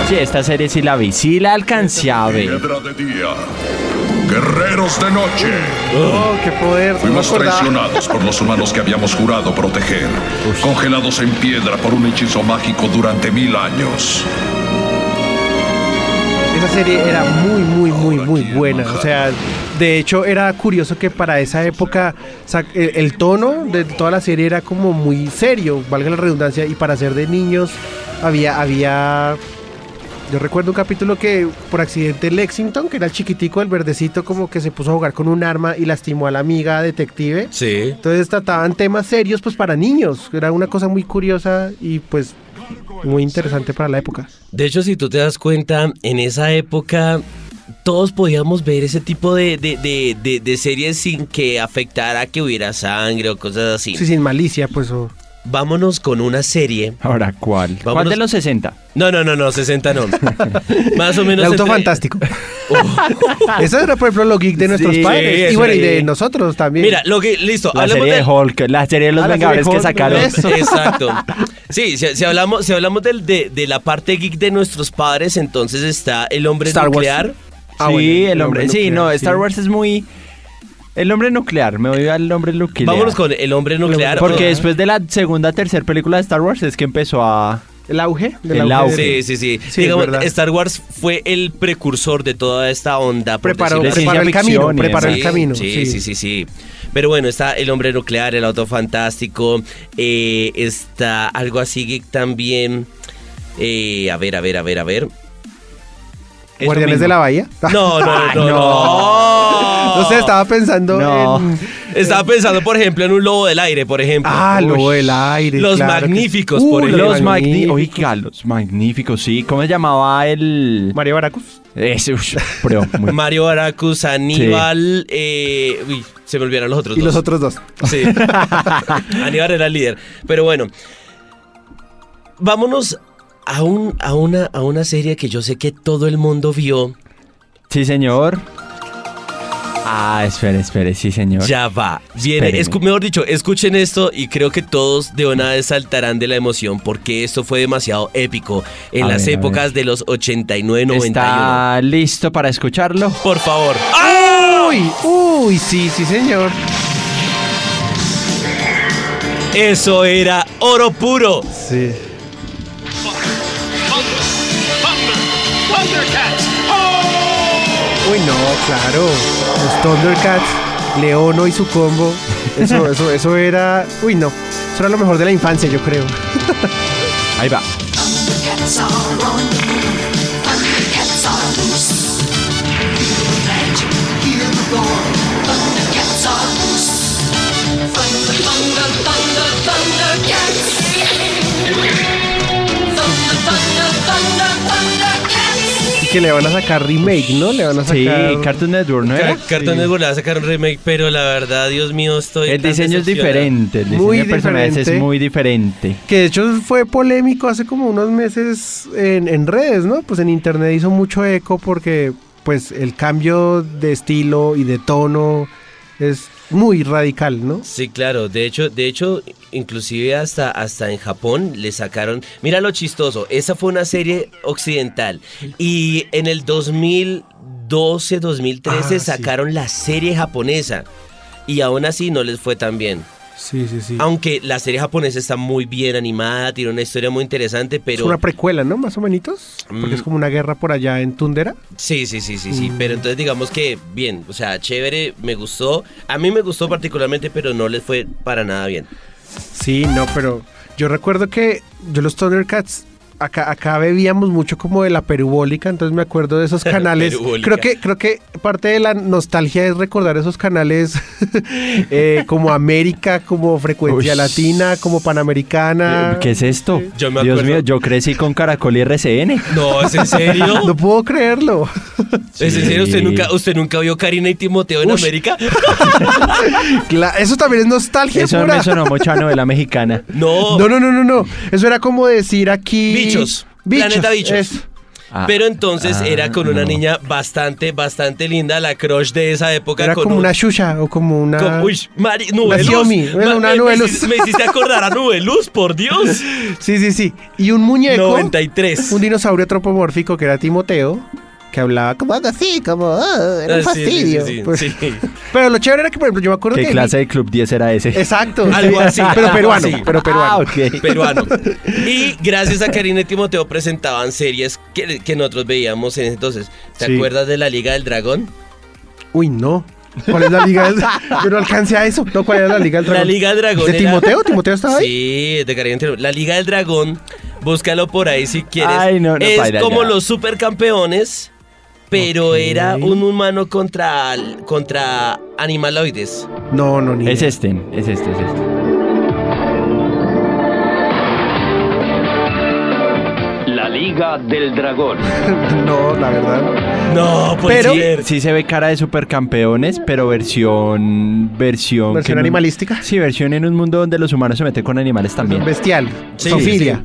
[SPEAKER 2] Sí, esta serie sí la vi, sí la alcancé a ver.
[SPEAKER 11] Piedra de día. Guerreros de noche.
[SPEAKER 4] Oh, qué poder. No me
[SPEAKER 11] Fuimos
[SPEAKER 4] acordaba.
[SPEAKER 11] traicionados por los humanos que habíamos jurado proteger. Congelados en piedra por un hechizo mágico durante mil años.
[SPEAKER 4] Esa serie era muy, muy, muy, muy buena. O sea, de hecho era curioso que para esa época o sea, el, el tono de toda la serie era como muy serio, valga la redundancia, y para ser de niños había, había... Yo recuerdo un capítulo que por accidente Lexington, que era el chiquitico, el verdecito, como que se puso a jugar con un arma y lastimó a la amiga detective.
[SPEAKER 3] Sí.
[SPEAKER 4] Entonces trataban temas serios pues para niños. Era una cosa muy curiosa y pues muy interesante para la época.
[SPEAKER 3] De hecho, si tú te das cuenta, en esa época todos podíamos ver ese tipo de, de- de- de- de series sin que afectara que hubiera sangre o cosas así.
[SPEAKER 4] Sí, sin malicia, pues... o-
[SPEAKER 3] Vámonos con una serie.
[SPEAKER 2] Ahora, ¿cuál? ¿Cuál
[SPEAKER 3] Vámonos.
[SPEAKER 2] de los 60?
[SPEAKER 3] No, no, no, no, 60 no. Más o
[SPEAKER 4] El
[SPEAKER 3] menos.
[SPEAKER 4] auto
[SPEAKER 3] entre- Oh. Ah.
[SPEAKER 4] fantástico. Eso era, por ejemplo, lo geek de nuestros
[SPEAKER 2] Sí,
[SPEAKER 4] padres. Y
[SPEAKER 2] eso
[SPEAKER 4] bueno, y
[SPEAKER 2] era
[SPEAKER 4] de
[SPEAKER 2] geek.
[SPEAKER 4] nosotros también.
[SPEAKER 3] Mira, lo que. Listo,
[SPEAKER 2] La
[SPEAKER 3] hablemos
[SPEAKER 2] serie de
[SPEAKER 3] del-
[SPEAKER 2] Hulk, la serie de los
[SPEAKER 4] Ah, la serie
[SPEAKER 2] Vengadores que
[SPEAKER 4] Hulk,
[SPEAKER 2] sacaron.
[SPEAKER 4] ¿ves? Eso.
[SPEAKER 3] Exacto. Sí, si, si hablamos, si hablamos del- de, de la parte geek de nuestros padres, entonces está el hombre
[SPEAKER 4] Star Wars.
[SPEAKER 3] nuclear.
[SPEAKER 4] Ah,
[SPEAKER 2] sí,
[SPEAKER 4] bueno,
[SPEAKER 2] el hombre. sí,
[SPEAKER 4] nuclear,
[SPEAKER 2] no, Star
[SPEAKER 4] sí.
[SPEAKER 2] Wars es muy. El hombre nuclear, me voy al hombre nuclear.
[SPEAKER 3] Vámonos con el hombre nuclear. Ah.
[SPEAKER 2] Porque después de la segunda, tercera película de Star Wars es que empezó a.
[SPEAKER 4] El auge. del
[SPEAKER 2] El auge.
[SPEAKER 3] Sí, sí, sí.
[SPEAKER 4] Sí,
[SPEAKER 3] Digamos,
[SPEAKER 4] es verdad.
[SPEAKER 3] Star Wars fue el precursor de toda esta onda. por
[SPEAKER 4] Preparó,
[SPEAKER 3] decirlo así.
[SPEAKER 4] preparó el
[SPEAKER 2] ciencia
[SPEAKER 4] camino.
[SPEAKER 2] ficción y
[SPEAKER 4] Preparó
[SPEAKER 2] eso.
[SPEAKER 4] el camino.
[SPEAKER 3] Sí, sí, sí, sí, Pero bueno, está El Hombre Nuclear, El Auto Fantástico, eh, está algo así geek también. eh, a ver, a ver, a ver, a ver.
[SPEAKER 2] eso
[SPEAKER 4] Guardianes
[SPEAKER 2] mismo.
[SPEAKER 4] de la Bahía.
[SPEAKER 3] No, no, no, no.
[SPEAKER 4] No sé, estaba pensando
[SPEAKER 2] No.
[SPEAKER 4] en...
[SPEAKER 3] Estaba pensando, por ejemplo, en un lobo del aire, por ejemplo.
[SPEAKER 4] Ah, lo del aire.
[SPEAKER 3] Los
[SPEAKER 4] claro que-
[SPEAKER 3] magníficos, por
[SPEAKER 4] Uh,
[SPEAKER 3] ejemplo.
[SPEAKER 2] Los magníficos.
[SPEAKER 4] magníficos.
[SPEAKER 2] Oiga, los magníficos, sí. ¿Cómo se llamaba el.
[SPEAKER 4] Mario Baracus.
[SPEAKER 2] Ese, ush, pero muy-
[SPEAKER 3] Mario Baracus, Aníbal, eh, uy, se me olvidaron los otros
[SPEAKER 4] Y
[SPEAKER 3] dos.
[SPEAKER 4] los otros dos.
[SPEAKER 3] Sí. Aníbal era el líder. Pero bueno. Vámonos a, un, a, una, a una serie que yo sé que todo el mundo vio.
[SPEAKER 2] Sí, señor. Ah, espere, espere, sí, señor.
[SPEAKER 3] Ya va. Viene.
[SPEAKER 2] Espéreme.
[SPEAKER 3] escu- mejor dicho, escuchen esto y creo que todos de una vez saltarán de la emoción porque esto fue demasiado épico en
[SPEAKER 2] A
[SPEAKER 3] las
[SPEAKER 2] ver, a
[SPEAKER 3] épocas de los 89-91.
[SPEAKER 2] ¿Está listo para escucharlo?
[SPEAKER 3] Por favor. ¡Ah!
[SPEAKER 4] Uy, uy, sí, sí, señor.
[SPEAKER 3] Eso era oro puro.
[SPEAKER 4] Sí. Uy, no, claro. Los Thundercats, Leono y su combo. Eso, eso, eso era. Uy, no. Eso era lo mejor de la infancia, yo creo.
[SPEAKER 2] Ahí va.
[SPEAKER 10] Thundercats are on. Thundercats are loose. Magic, hear the roar. Thundercats are loose. Thunder, thunder, thunder, Thundercats. Thunder, thunder, thunder, Thundercats.
[SPEAKER 4] Y que le van a sacar remake, ¿no? Le van a
[SPEAKER 2] Sí,
[SPEAKER 4] sacar.
[SPEAKER 2] Cartoon Network, ¿no era?
[SPEAKER 3] Cartón Cartoon Network le va a sacar un remake, pero la verdad, Dios mío, estoy.
[SPEAKER 2] El
[SPEAKER 3] tan
[SPEAKER 2] diseño es
[SPEAKER 3] decepcionado.
[SPEAKER 2] diferente, el diseño
[SPEAKER 4] Muy
[SPEAKER 2] de personajes es
[SPEAKER 4] diferente.
[SPEAKER 2] muy diferente.
[SPEAKER 4] Que de hecho fue polémico hace como unos meses en, en redes, ¿no? Pues en internet hizo mucho eco porque, pues, el cambio de estilo y de tono es muy radical, ¿no?
[SPEAKER 3] Sí, claro. De hecho, de hecho, inclusive hasta, hasta en Japón le sacaron. Mira lo chistoso. Esa fue una serie occidental y en el 2012, 2013
[SPEAKER 4] Ah, sí.
[SPEAKER 3] sacaron la serie japonesa y aún así no les fue tan bien.
[SPEAKER 4] Sí, sí, sí.
[SPEAKER 3] Aunque la serie japonesa está muy bien animada, tiene una historia muy interesante,
[SPEAKER 4] Es
[SPEAKER 3] pero
[SPEAKER 4] una precuela, ¿no? Más o menos. Porque
[SPEAKER 3] Mm.
[SPEAKER 4] es como una guerra por allá en Tundera.
[SPEAKER 3] Sí, sí, sí, sí, sí.
[SPEAKER 4] Mm.
[SPEAKER 3] Pero entonces digamos que bien, o sea, chévere, me gustó. A mí me gustó particularmente, pero no les fue para nada bien.
[SPEAKER 4] Sí, no, pero yo recuerdo que yo los Thundercats acá, acá bebíamos mucho como de la perubólica, entonces me acuerdo de esos canales. creo que, creo que parte de la nostalgia es recordar esos canales eh, como América, como Frecuencia
[SPEAKER 2] Uy. Eh,
[SPEAKER 4] Latina, como Panamericana.
[SPEAKER 2] ¿Qué es esto?
[SPEAKER 3] Yo me
[SPEAKER 2] Dios
[SPEAKER 3] acuerdo-
[SPEAKER 2] mío, yo crecí con Caracol y RCN.
[SPEAKER 3] No, ¿es en serio?
[SPEAKER 4] No puedo creerlo.
[SPEAKER 3] ¿Es en serio? ¿Usted
[SPEAKER 2] Sí.
[SPEAKER 3] nunca, ¿Usted nunca vio Karina y Timoteo en
[SPEAKER 4] Ush.
[SPEAKER 3] América?
[SPEAKER 4] Cla- Eso también es nostalgia
[SPEAKER 2] Eso
[SPEAKER 4] pura.
[SPEAKER 2] me sonó mucho a novela mexicana.
[SPEAKER 3] No,
[SPEAKER 4] No, no, no, no, no. Eso era como decir aquí.
[SPEAKER 3] Bichos. Planeta Bichos.
[SPEAKER 4] eso.
[SPEAKER 2] Ah,
[SPEAKER 3] Pero entonces
[SPEAKER 2] ah,
[SPEAKER 3] era con una
[SPEAKER 2] no.
[SPEAKER 3] niña bastante, bastante linda, la crush de esa época.
[SPEAKER 4] Era
[SPEAKER 3] con
[SPEAKER 4] como
[SPEAKER 3] un-
[SPEAKER 4] una ah, Xuxa o como una.
[SPEAKER 3] con- uy, Mari, Nubeluz.
[SPEAKER 4] Xiaomi,
[SPEAKER 3] Ma-
[SPEAKER 4] era una
[SPEAKER 3] me- me
[SPEAKER 4] Nubeluz.
[SPEAKER 3] hiciste- Me, hiciste acordar a Nubeluz, por Dios.
[SPEAKER 4] Sí, sí, sí. Y un muñeco.
[SPEAKER 3] 93.
[SPEAKER 4] Un dinosaurio antropomórfico que era Timoteo, que hablaba como algo así, como "Ah, era un
[SPEAKER 3] Ah, sí, sí,
[SPEAKER 4] fastidio.
[SPEAKER 3] sí, sí,
[SPEAKER 4] Pues-
[SPEAKER 3] sí.
[SPEAKER 4] Pero lo chévere era que, por ejemplo, yo me acuerdo
[SPEAKER 2] Ah, ¿Qué
[SPEAKER 4] que.
[SPEAKER 2] clase de club 10 era ese?
[SPEAKER 4] Exacto.
[SPEAKER 3] Algo
[SPEAKER 4] sí,
[SPEAKER 3] así,
[SPEAKER 4] Pero
[SPEAKER 3] algo
[SPEAKER 4] peruano.
[SPEAKER 3] así.
[SPEAKER 4] Pero peruano.
[SPEAKER 2] Ah, ok.
[SPEAKER 3] peruano. Y gracias a Karina y Timoteo presentaban series que, que nosotros veíamos en ese entonces. ¿Te
[SPEAKER 4] Sí.
[SPEAKER 3] acuerdas de la Liga del Dragón?
[SPEAKER 4] Uy, no. ¿Cuál es la liga? del- Yo no alcancé a eso. No, ¿cuál era la liga del
[SPEAKER 3] La
[SPEAKER 4] dragón?
[SPEAKER 3] Liga del Dragón.
[SPEAKER 4] ¿De
[SPEAKER 3] era-
[SPEAKER 4] Timoteo? ¿Timoteo estaba ahí?
[SPEAKER 3] Sí, de Karina y Timoteo. La Liga del Dragón, búscalo por ahí si quieres.
[SPEAKER 2] Ay, no, no,
[SPEAKER 3] es
[SPEAKER 2] paila,
[SPEAKER 3] como
[SPEAKER 2] ya.
[SPEAKER 3] los supercampeones, pero era un humano contra, al- contra animaloides.
[SPEAKER 4] No, no, ni.
[SPEAKER 2] Es
[SPEAKER 4] idea.
[SPEAKER 2] este, es este, es este.
[SPEAKER 7] La Liga del Dragón.
[SPEAKER 4] No, la verdad.
[SPEAKER 3] No, pues
[SPEAKER 4] Pero-
[SPEAKER 3] ser.
[SPEAKER 2] Sí se ve cara de supercampeones, pero versión... Versión... que
[SPEAKER 4] Versión
[SPEAKER 2] en un-
[SPEAKER 4] animalística.
[SPEAKER 2] Sí, versión en un mundo donde los humanos se meten con animales también.
[SPEAKER 4] Bestial.
[SPEAKER 3] Sí,
[SPEAKER 4] Sofilia.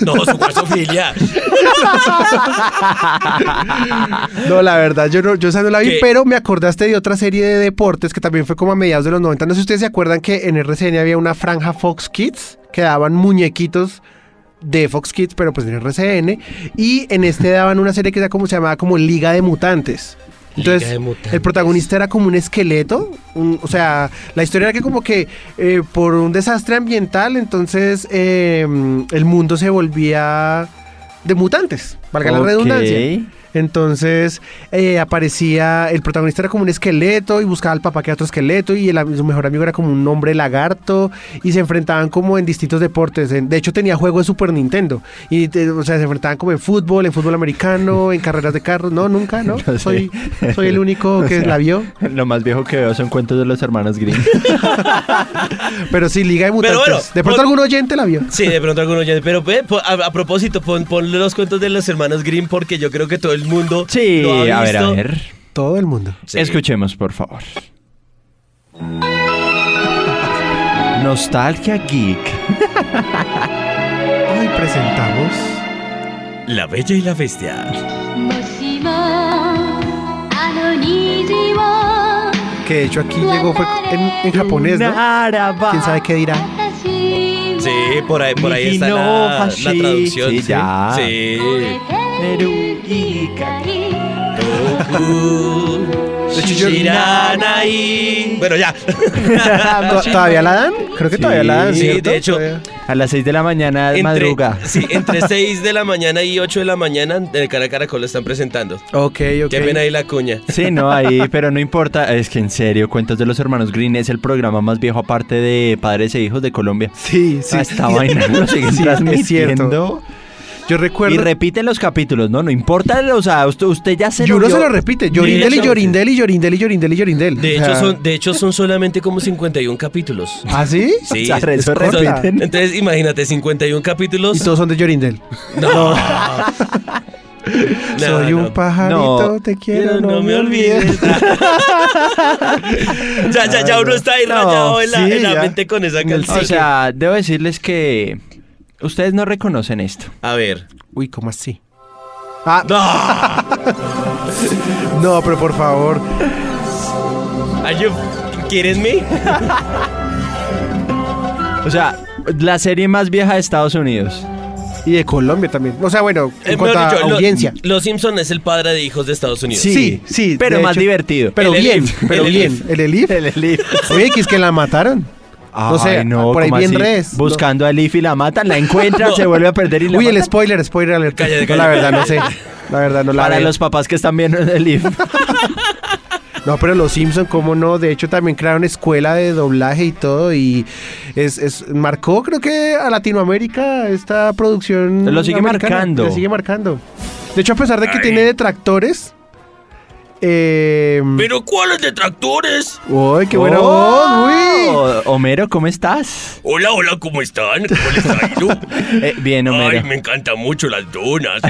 [SPEAKER 3] No, su sofilia.
[SPEAKER 4] No, la verdad, yo, no, yo esa no la vi,
[SPEAKER 3] ¿Qué?
[SPEAKER 4] pero me acordaste de otra serie de deportes que también fue como a mediados de los 90. No sé si ustedes se acuerdan que en RCN había una franja Fox Kids que daban muñequitos de Fox Kids, pero pues en RCN. Y en este daban una serie que era como, se llamaba como Liga de Mutantes. Entonces,
[SPEAKER 3] de Mutantes.
[SPEAKER 4] el protagonista era como un esqueleto. un- o sea, la historia era que como que eh, por un desastre ambiental, entonces eh, el mundo se volvía de mutantes, valga la
[SPEAKER 2] Ok.
[SPEAKER 4] redundancia. Entonces eh, aparecía, el protagonista era como un esqueleto y buscaba al papá que era otro esqueleto y el, am- su mejor amigo era como un hombre lagarto y se enfrentaban como en distintos deportes. En- de hecho tenía juego de Super Nintendo y te- o sea, se enfrentaban como en fútbol, en fútbol americano, en carreras de carros. No, nunca, ¿no?
[SPEAKER 2] No sé.
[SPEAKER 4] soy, soy el único
[SPEAKER 2] O
[SPEAKER 4] que
[SPEAKER 2] sea,
[SPEAKER 4] la vio.
[SPEAKER 2] Lo más viejo que veo son cuentos de los hermanos Grimm.
[SPEAKER 4] Pero sí, Liga de
[SPEAKER 3] Pero
[SPEAKER 4] Mutantes.
[SPEAKER 3] bueno, pues-
[SPEAKER 4] de pronto
[SPEAKER 3] por-
[SPEAKER 4] algún oyente la vio.
[SPEAKER 3] Sí, de pronto alguno ya. Pero ve, po- a, a propósito, pon, ponle los cuentos de los hermanos Grimm porque yo creo que todo el mundo.
[SPEAKER 2] Sí,
[SPEAKER 3] lo ha
[SPEAKER 2] a ver, a
[SPEAKER 3] visto.
[SPEAKER 2] ver.
[SPEAKER 4] Todo el mundo.
[SPEAKER 3] Sí.
[SPEAKER 2] Escuchemos, por favor. Nostalgia Geek.
[SPEAKER 4] Hoy presentamos
[SPEAKER 3] La Bella y la Bestia.
[SPEAKER 10] もしもあの虹を
[SPEAKER 4] que de hecho aquí llegó fue en, en japonés, ¿no? ¿Quién sabe qué dirá?
[SPEAKER 10] 私は
[SPEAKER 3] Sí, por ahí, por ahí está
[SPEAKER 2] Niji no
[SPEAKER 3] la, la
[SPEAKER 2] Hashi.
[SPEAKER 3] traducción.
[SPEAKER 2] Sí, ya.
[SPEAKER 3] Sí.
[SPEAKER 10] 燃えてる光
[SPEAKER 3] Shiranai. Bueno, ya.
[SPEAKER 4] ¿Tod- ¿Todavía la dan? Creo que
[SPEAKER 2] Sí.
[SPEAKER 4] todavía la dan,
[SPEAKER 3] Ah, Sí,
[SPEAKER 4] ¿cierto?
[SPEAKER 3] de hecho,
[SPEAKER 4] Todavía.
[SPEAKER 2] A las 6 de la mañana es madruga.
[SPEAKER 3] sí, entre 6 de la mañana y 8 de la mañana en el cara a caracol lo están presentando.
[SPEAKER 4] Ok, ok.
[SPEAKER 3] Qué pena ahí la cuña.
[SPEAKER 2] Sí, no, ahí, pero no importa. Es que en serio, Cuentos de los Hermanos Green es el programa más viejo aparte de Padres e Hijos de Colombia.
[SPEAKER 4] Sí, sí.
[SPEAKER 3] Ah,
[SPEAKER 2] Sí. Esta vaina lo siguen
[SPEAKER 4] Sí, es
[SPEAKER 2] transmitiendo.
[SPEAKER 4] Yo
[SPEAKER 2] Y
[SPEAKER 4] recuerdo.
[SPEAKER 2] repiten los capítulos, ¿no? No importa, o sea, usted, usted ya se
[SPEAKER 4] y uno
[SPEAKER 2] lo
[SPEAKER 4] se
[SPEAKER 2] vio.
[SPEAKER 4] lo repite. Yorindel y
[SPEAKER 3] hecho-
[SPEAKER 4] Yorindel y Yorindel y Yorindel y Yorindel.
[SPEAKER 3] De
[SPEAKER 4] O
[SPEAKER 3] hecho,
[SPEAKER 4] sea,
[SPEAKER 3] son, de hecho son solamente como 51 capítulos.
[SPEAKER 4] ¿Ah, sí?
[SPEAKER 3] Sí,
[SPEAKER 2] O sea, eso
[SPEAKER 3] son-
[SPEAKER 2] repiten.
[SPEAKER 3] entonces imagínate, 51 capítulos.
[SPEAKER 4] Y todos son de Yorindel.
[SPEAKER 3] No. No,
[SPEAKER 4] Soy
[SPEAKER 3] no.
[SPEAKER 4] un pajarito, te quiero, no, me olvides.
[SPEAKER 3] ya, ya, ya uno está ahí
[SPEAKER 2] No,
[SPEAKER 3] rayado en la,
[SPEAKER 4] sí,
[SPEAKER 3] en la
[SPEAKER 4] ya.
[SPEAKER 3] mente con esa
[SPEAKER 4] En el
[SPEAKER 2] O
[SPEAKER 3] canción.
[SPEAKER 2] sea, debo decirles que ustedes no reconocen esto.
[SPEAKER 3] a ver.
[SPEAKER 4] Uy, ¿cómo así? Ah,
[SPEAKER 3] No.
[SPEAKER 4] no, pero por favor.
[SPEAKER 3] Are you Eh, kidding me?
[SPEAKER 2] O sea, la serie más vieja de Estados Unidos.
[SPEAKER 4] Y de Colombia también. O sea, bueno, en
[SPEAKER 3] Eh, mejor
[SPEAKER 4] cuanto a
[SPEAKER 3] dicho, lo-
[SPEAKER 4] audiencia.
[SPEAKER 3] Los Simpson es el padre de hijos de Estados Unidos.
[SPEAKER 4] Sí, sí,
[SPEAKER 2] Pero
[SPEAKER 4] de
[SPEAKER 2] más
[SPEAKER 4] hecho.
[SPEAKER 2] divertido.
[SPEAKER 4] Pero
[SPEAKER 3] El
[SPEAKER 4] bien,
[SPEAKER 3] Elif,
[SPEAKER 4] pero
[SPEAKER 3] el
[SPEAKER 4] bien.
[SPEAKER 3] Elif.
[SPEAKER 4] El Elif.
[SPEAKER 2] El Elif.
[SPEAKER 4] Oye, que es que la mataron. No sé,
[SPEAKER 2] Ay,
[SPEAKER 4] por ahí
[SPEAKER 2] ¿cómo
[SPEAKER 4] bien
[SPEAKER 2] así?
[SPEAKER 4] res. No.
[SPEAKER 2] Buscando a Elif y la matan, la encuentran, se vuelve a perder y la
[SPEAKER 4] Uy, el
[SPEAKER 2] matan.
[SPEAKER 4] spoiler, spoiler alert.
[SPEAKER 3] Cállate,
[SPEAKER 4] No, la verdad, no sé. La verdad, no la
[SPEAKER 2] Para
[SPEAKER 4] veo.
[SPEAKER 2] los papás que están viendo el Elif.
[SPEAKER 4] No, pero los Simpson, cómo no. De hecho, también crearon escuela de doblaje y todo. Y es, es- marcó, creo que a Latinoamérica esta producción.
[SPEAKER 2] Lo sigue
[SPEAKER 4] americana.
[SPEAKER 2] marcando.
[SPEAKER 4] Lo sigue marcando. De hecho, a pesar de que tiene detractores. Eh,
[SPEAKER 3] ¿Pero cuáles detractores?
[SPEAKER 4] ¡Uy, qué buena voz, uy!
[SPEAKER 2] Oh, Homero, ¿cómo estás?
[SPEAKER 3] Hola, hola, ¿cómo están? ¿Cómo les ha ido?
[SPEAKER 2] Eh, bien, Homero.
[SPEAKER 3] Ay, me encantan mucho las donas.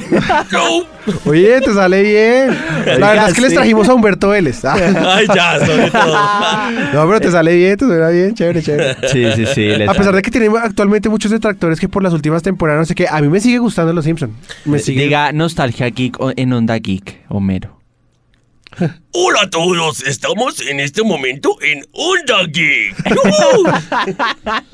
[SPEAKER 3] No.
[SPEAKER 4] Oye, te sale bien. La verdad es que les
[SPEAKER 2] sí.
[SPEAKER 4] trajimos a Humberto Vélez. Ah,
[SPEAKER 3] Ay, ya, sobre todo.
[SPEAKER 4] No, pero te sale bien, te suena bien, chévere, chévere.
[SPEAKER 2] Sí, sí, sí. les-
[SPEAKER 4] A pesar de que tenemos actualmente muchos detractores que por las últimas temporadas, no sé qué, a mí me sigue gustando Los Simpsons. Me sigue.
[SPEAKER 2] Diga Nostalgia Geek o- en Onda Geek, Homero.
[SPEAKER 3] Hola a todos, estamos en este momento en Onda Geek.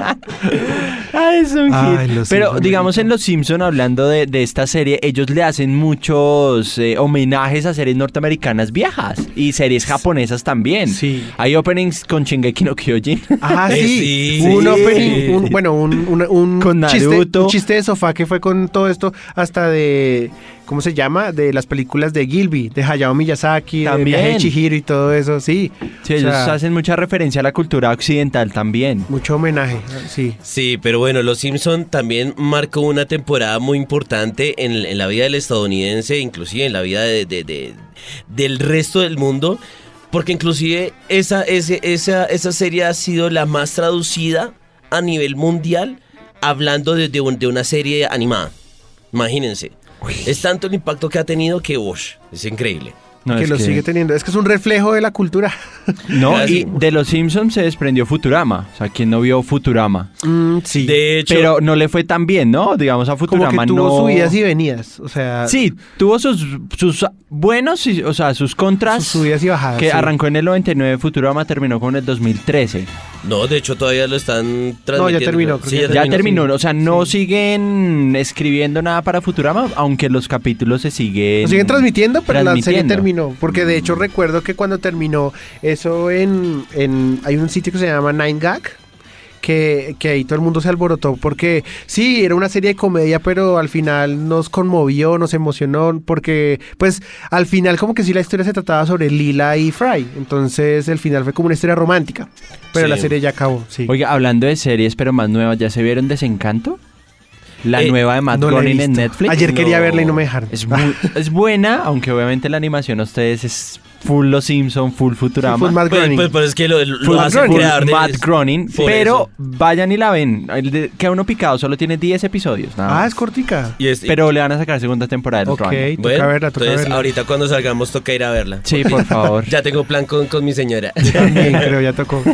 [SPEAKER 2] Ah, es un
[SPEAKER 4] Ay,
[SPEAKER 2] hit.
[SPEAKER 4] Los
[SPEAKER 2] Pero
[SPEAKER 4] Simpson,
[SPEAKER 2] digamos en Los Simpson hablando de, de esta serie, ellos le hacen muchos eh, homenajes a series norteamericanas viejas y series japonesas también.
[SPEAKER 4] Sí.
[SPEAKER 2] Hay openings con Shingeki no Kyojin.
[SPEAKER 4] Ah,
[SPEAKER 3] Eh,
[SPEAKER 4] sí.
[SPEAKER 3] sí,
[SPEAKER 4] un
[SPEAKER 3] sí.
[SPEAKER 4] opening, un- bueno, un, un- un
[SPEAKER 2] Con
[SPEAKER 4] chiste,
[SPEAKER 2] Naruto.
[SPEAKER 4] un chiste de sofá que fue con todo esto, hasta de, ¿cómo se llama? De las películas de Gilby, de Hayao Miyazaki, de
[SPEAKER 2] También.
[SPEAKER 4] Viaje de Chihiro y todo eso, sí.
[SPEAKER 2] Sí,
[SPEAKER 4] O
[SPEAKER 2] ellos
[SPEAKER 4] sea,
[SPEAKER 2] hacen mucha referencia a la cultura occidental también.
[SPEAKER 4] Mucho homenaje, sí.
[SPEAKER 3] Sí, pero bueno, Los Simpson también marcó una temporada muy importante en, en la vida del estadounidense, inclusive en la vida de- de- de- del resto del mundo, porque inclusive esa, ese- esa, esa serie ha sido la más traducida a nivel mundial, hablando de, de un- de una serie animada. Imagínense. Es tanto el impacto que ha tenido que, uff, es increíble.
[SPEAKER 2] No,
[SPEAKER 4] que
[SPEAKER 2] es
[SPEAKER 4] lo sigue teniendo. Es que es un reflejo de la cultura.
[SPEAKER 2] No,
[SPEAKER 3] Casi.
[SPEAKER 2] y de Los Simpsons se desprendió Futurama. O sea, ¿quién no vio Futurama?
[SPEAKER 4] Mm, sí.
[SPEAKER 3] De hecho,
[SPEAKER 2] Pero no le fue tan bien, ¿no? Digamos a
[SPEAKER 4] Como
[SPEAKER 2] Futurama
[SPEAKER 4] que tuvo
[SPEAKER 2] no.
[SPEAKER 4] subidas y venidas. O sea,
[SPEAKER 2] Sí, tuvo sus, sus buenos, y, o sea, sus contras.
[SPEAKER 4] sus subidas y bajadas.
[SPEAKER 2] que
[SPEAKER 4] Ah, sí.
[SPEAKER 2] arrancó en el 99, Futurama terminó con el 2013.
[SPEAKER 3] no, de hecho todavía lo están transmitiendo.
[SPEAKER 4] terminó, creo
[SPEAKER 3] Sí,
[SPEAKER 4] que
[SPEAKER 3] ya
[SPEAKER 4] ya
[SPEAKER 2] Ya
[SPEAKER 3] terminó.
[SPEAKER 2] terminó, o sea, no siguen escribiendo nada para Futurama, aunque los capítulos se siguen.
[SPEAKER 4] Lo siguen transmitiendo, pero la serie
[SPEAKER 2] transmitiendo. Mm.
[SPEAKER 4] terminó. Porque de hecho recuerdo que cuando terminó eso en, en- hay un sitio que se llama Nine Gag. Que, que ahí todo el mundo se alborotó porque sí, era una serie de comedia, pero al final nos conmovió, nos emocionó, porque pues al final como que sí la historia se trataba sobre Lila y Fry, entonces el final fue como una historia romántica, pero
[SPEAKER 3] Sí.
[SPEAKER 4] la serie ya acabó, sí.
[SPEAKER 2] Oiga, hablando de series, pero más nuevas, ¿ya se vieron Desencanto? La
[SPEAKER 3] Eh,
[SPEAKER 2] nueva de Matt
[SPEAKER 4] No la he
[SPEAKER 2] Groening en
[SPEAKER 4] visto.
[SPEAKER 2] Netflix.
[SPEAKER 4] Ayer quería
[SPEAKER 3] No.
[SPEAKER 4] verla y no me dejaron.
[SPEAKER 2] Es, muy- es buena, aunque obviamente la animación a ustedes es full Los Simpson, full Futurama.
[SPEAKER 4] Fue Matt
[SPEAKER 3] Pues,
[SPEAKER 4] Groening.
[SPEAKER 3] pues- pues es que lo, lo
[SPEAKER 2] Full
[SPEAKER 3] hace
[SPEAKER 2] Groening.
[SPEAKER 3] crear de-
[SPEAKER 2] Matt Groening,
[SPEAKER 3] por
[SPEAKER 2] pero
[SPEAKER 3] eso.
[SPEAKER 2] vayan y la ven. El de- Queda uno picado, solo tiene 10 episodios. nada
[SPEAKER 4] Ah,
[SPEAKER 2] más.
[SPEAKER 4] es cortica.
[SPEAKER 3] Y es- y-
[SPEAKER 2] Pero le van a sacar segunda temporada del
[SPEAKER 4] Ok,
[SPEAKER 2] Running.
[SPEAKER 4] toca verla, toca
[SPEAKER 3] entonces
[SPEAKER 4] verla.
[SPEAKER 3] ahorita cuando salgamos toca ir a verla.
[SPEAKER 2] Sí, por favor.
[SPEAKER 3] Ya tengo plan con, con mi señora.
[SPEAKER 4] También creo, ya tocó.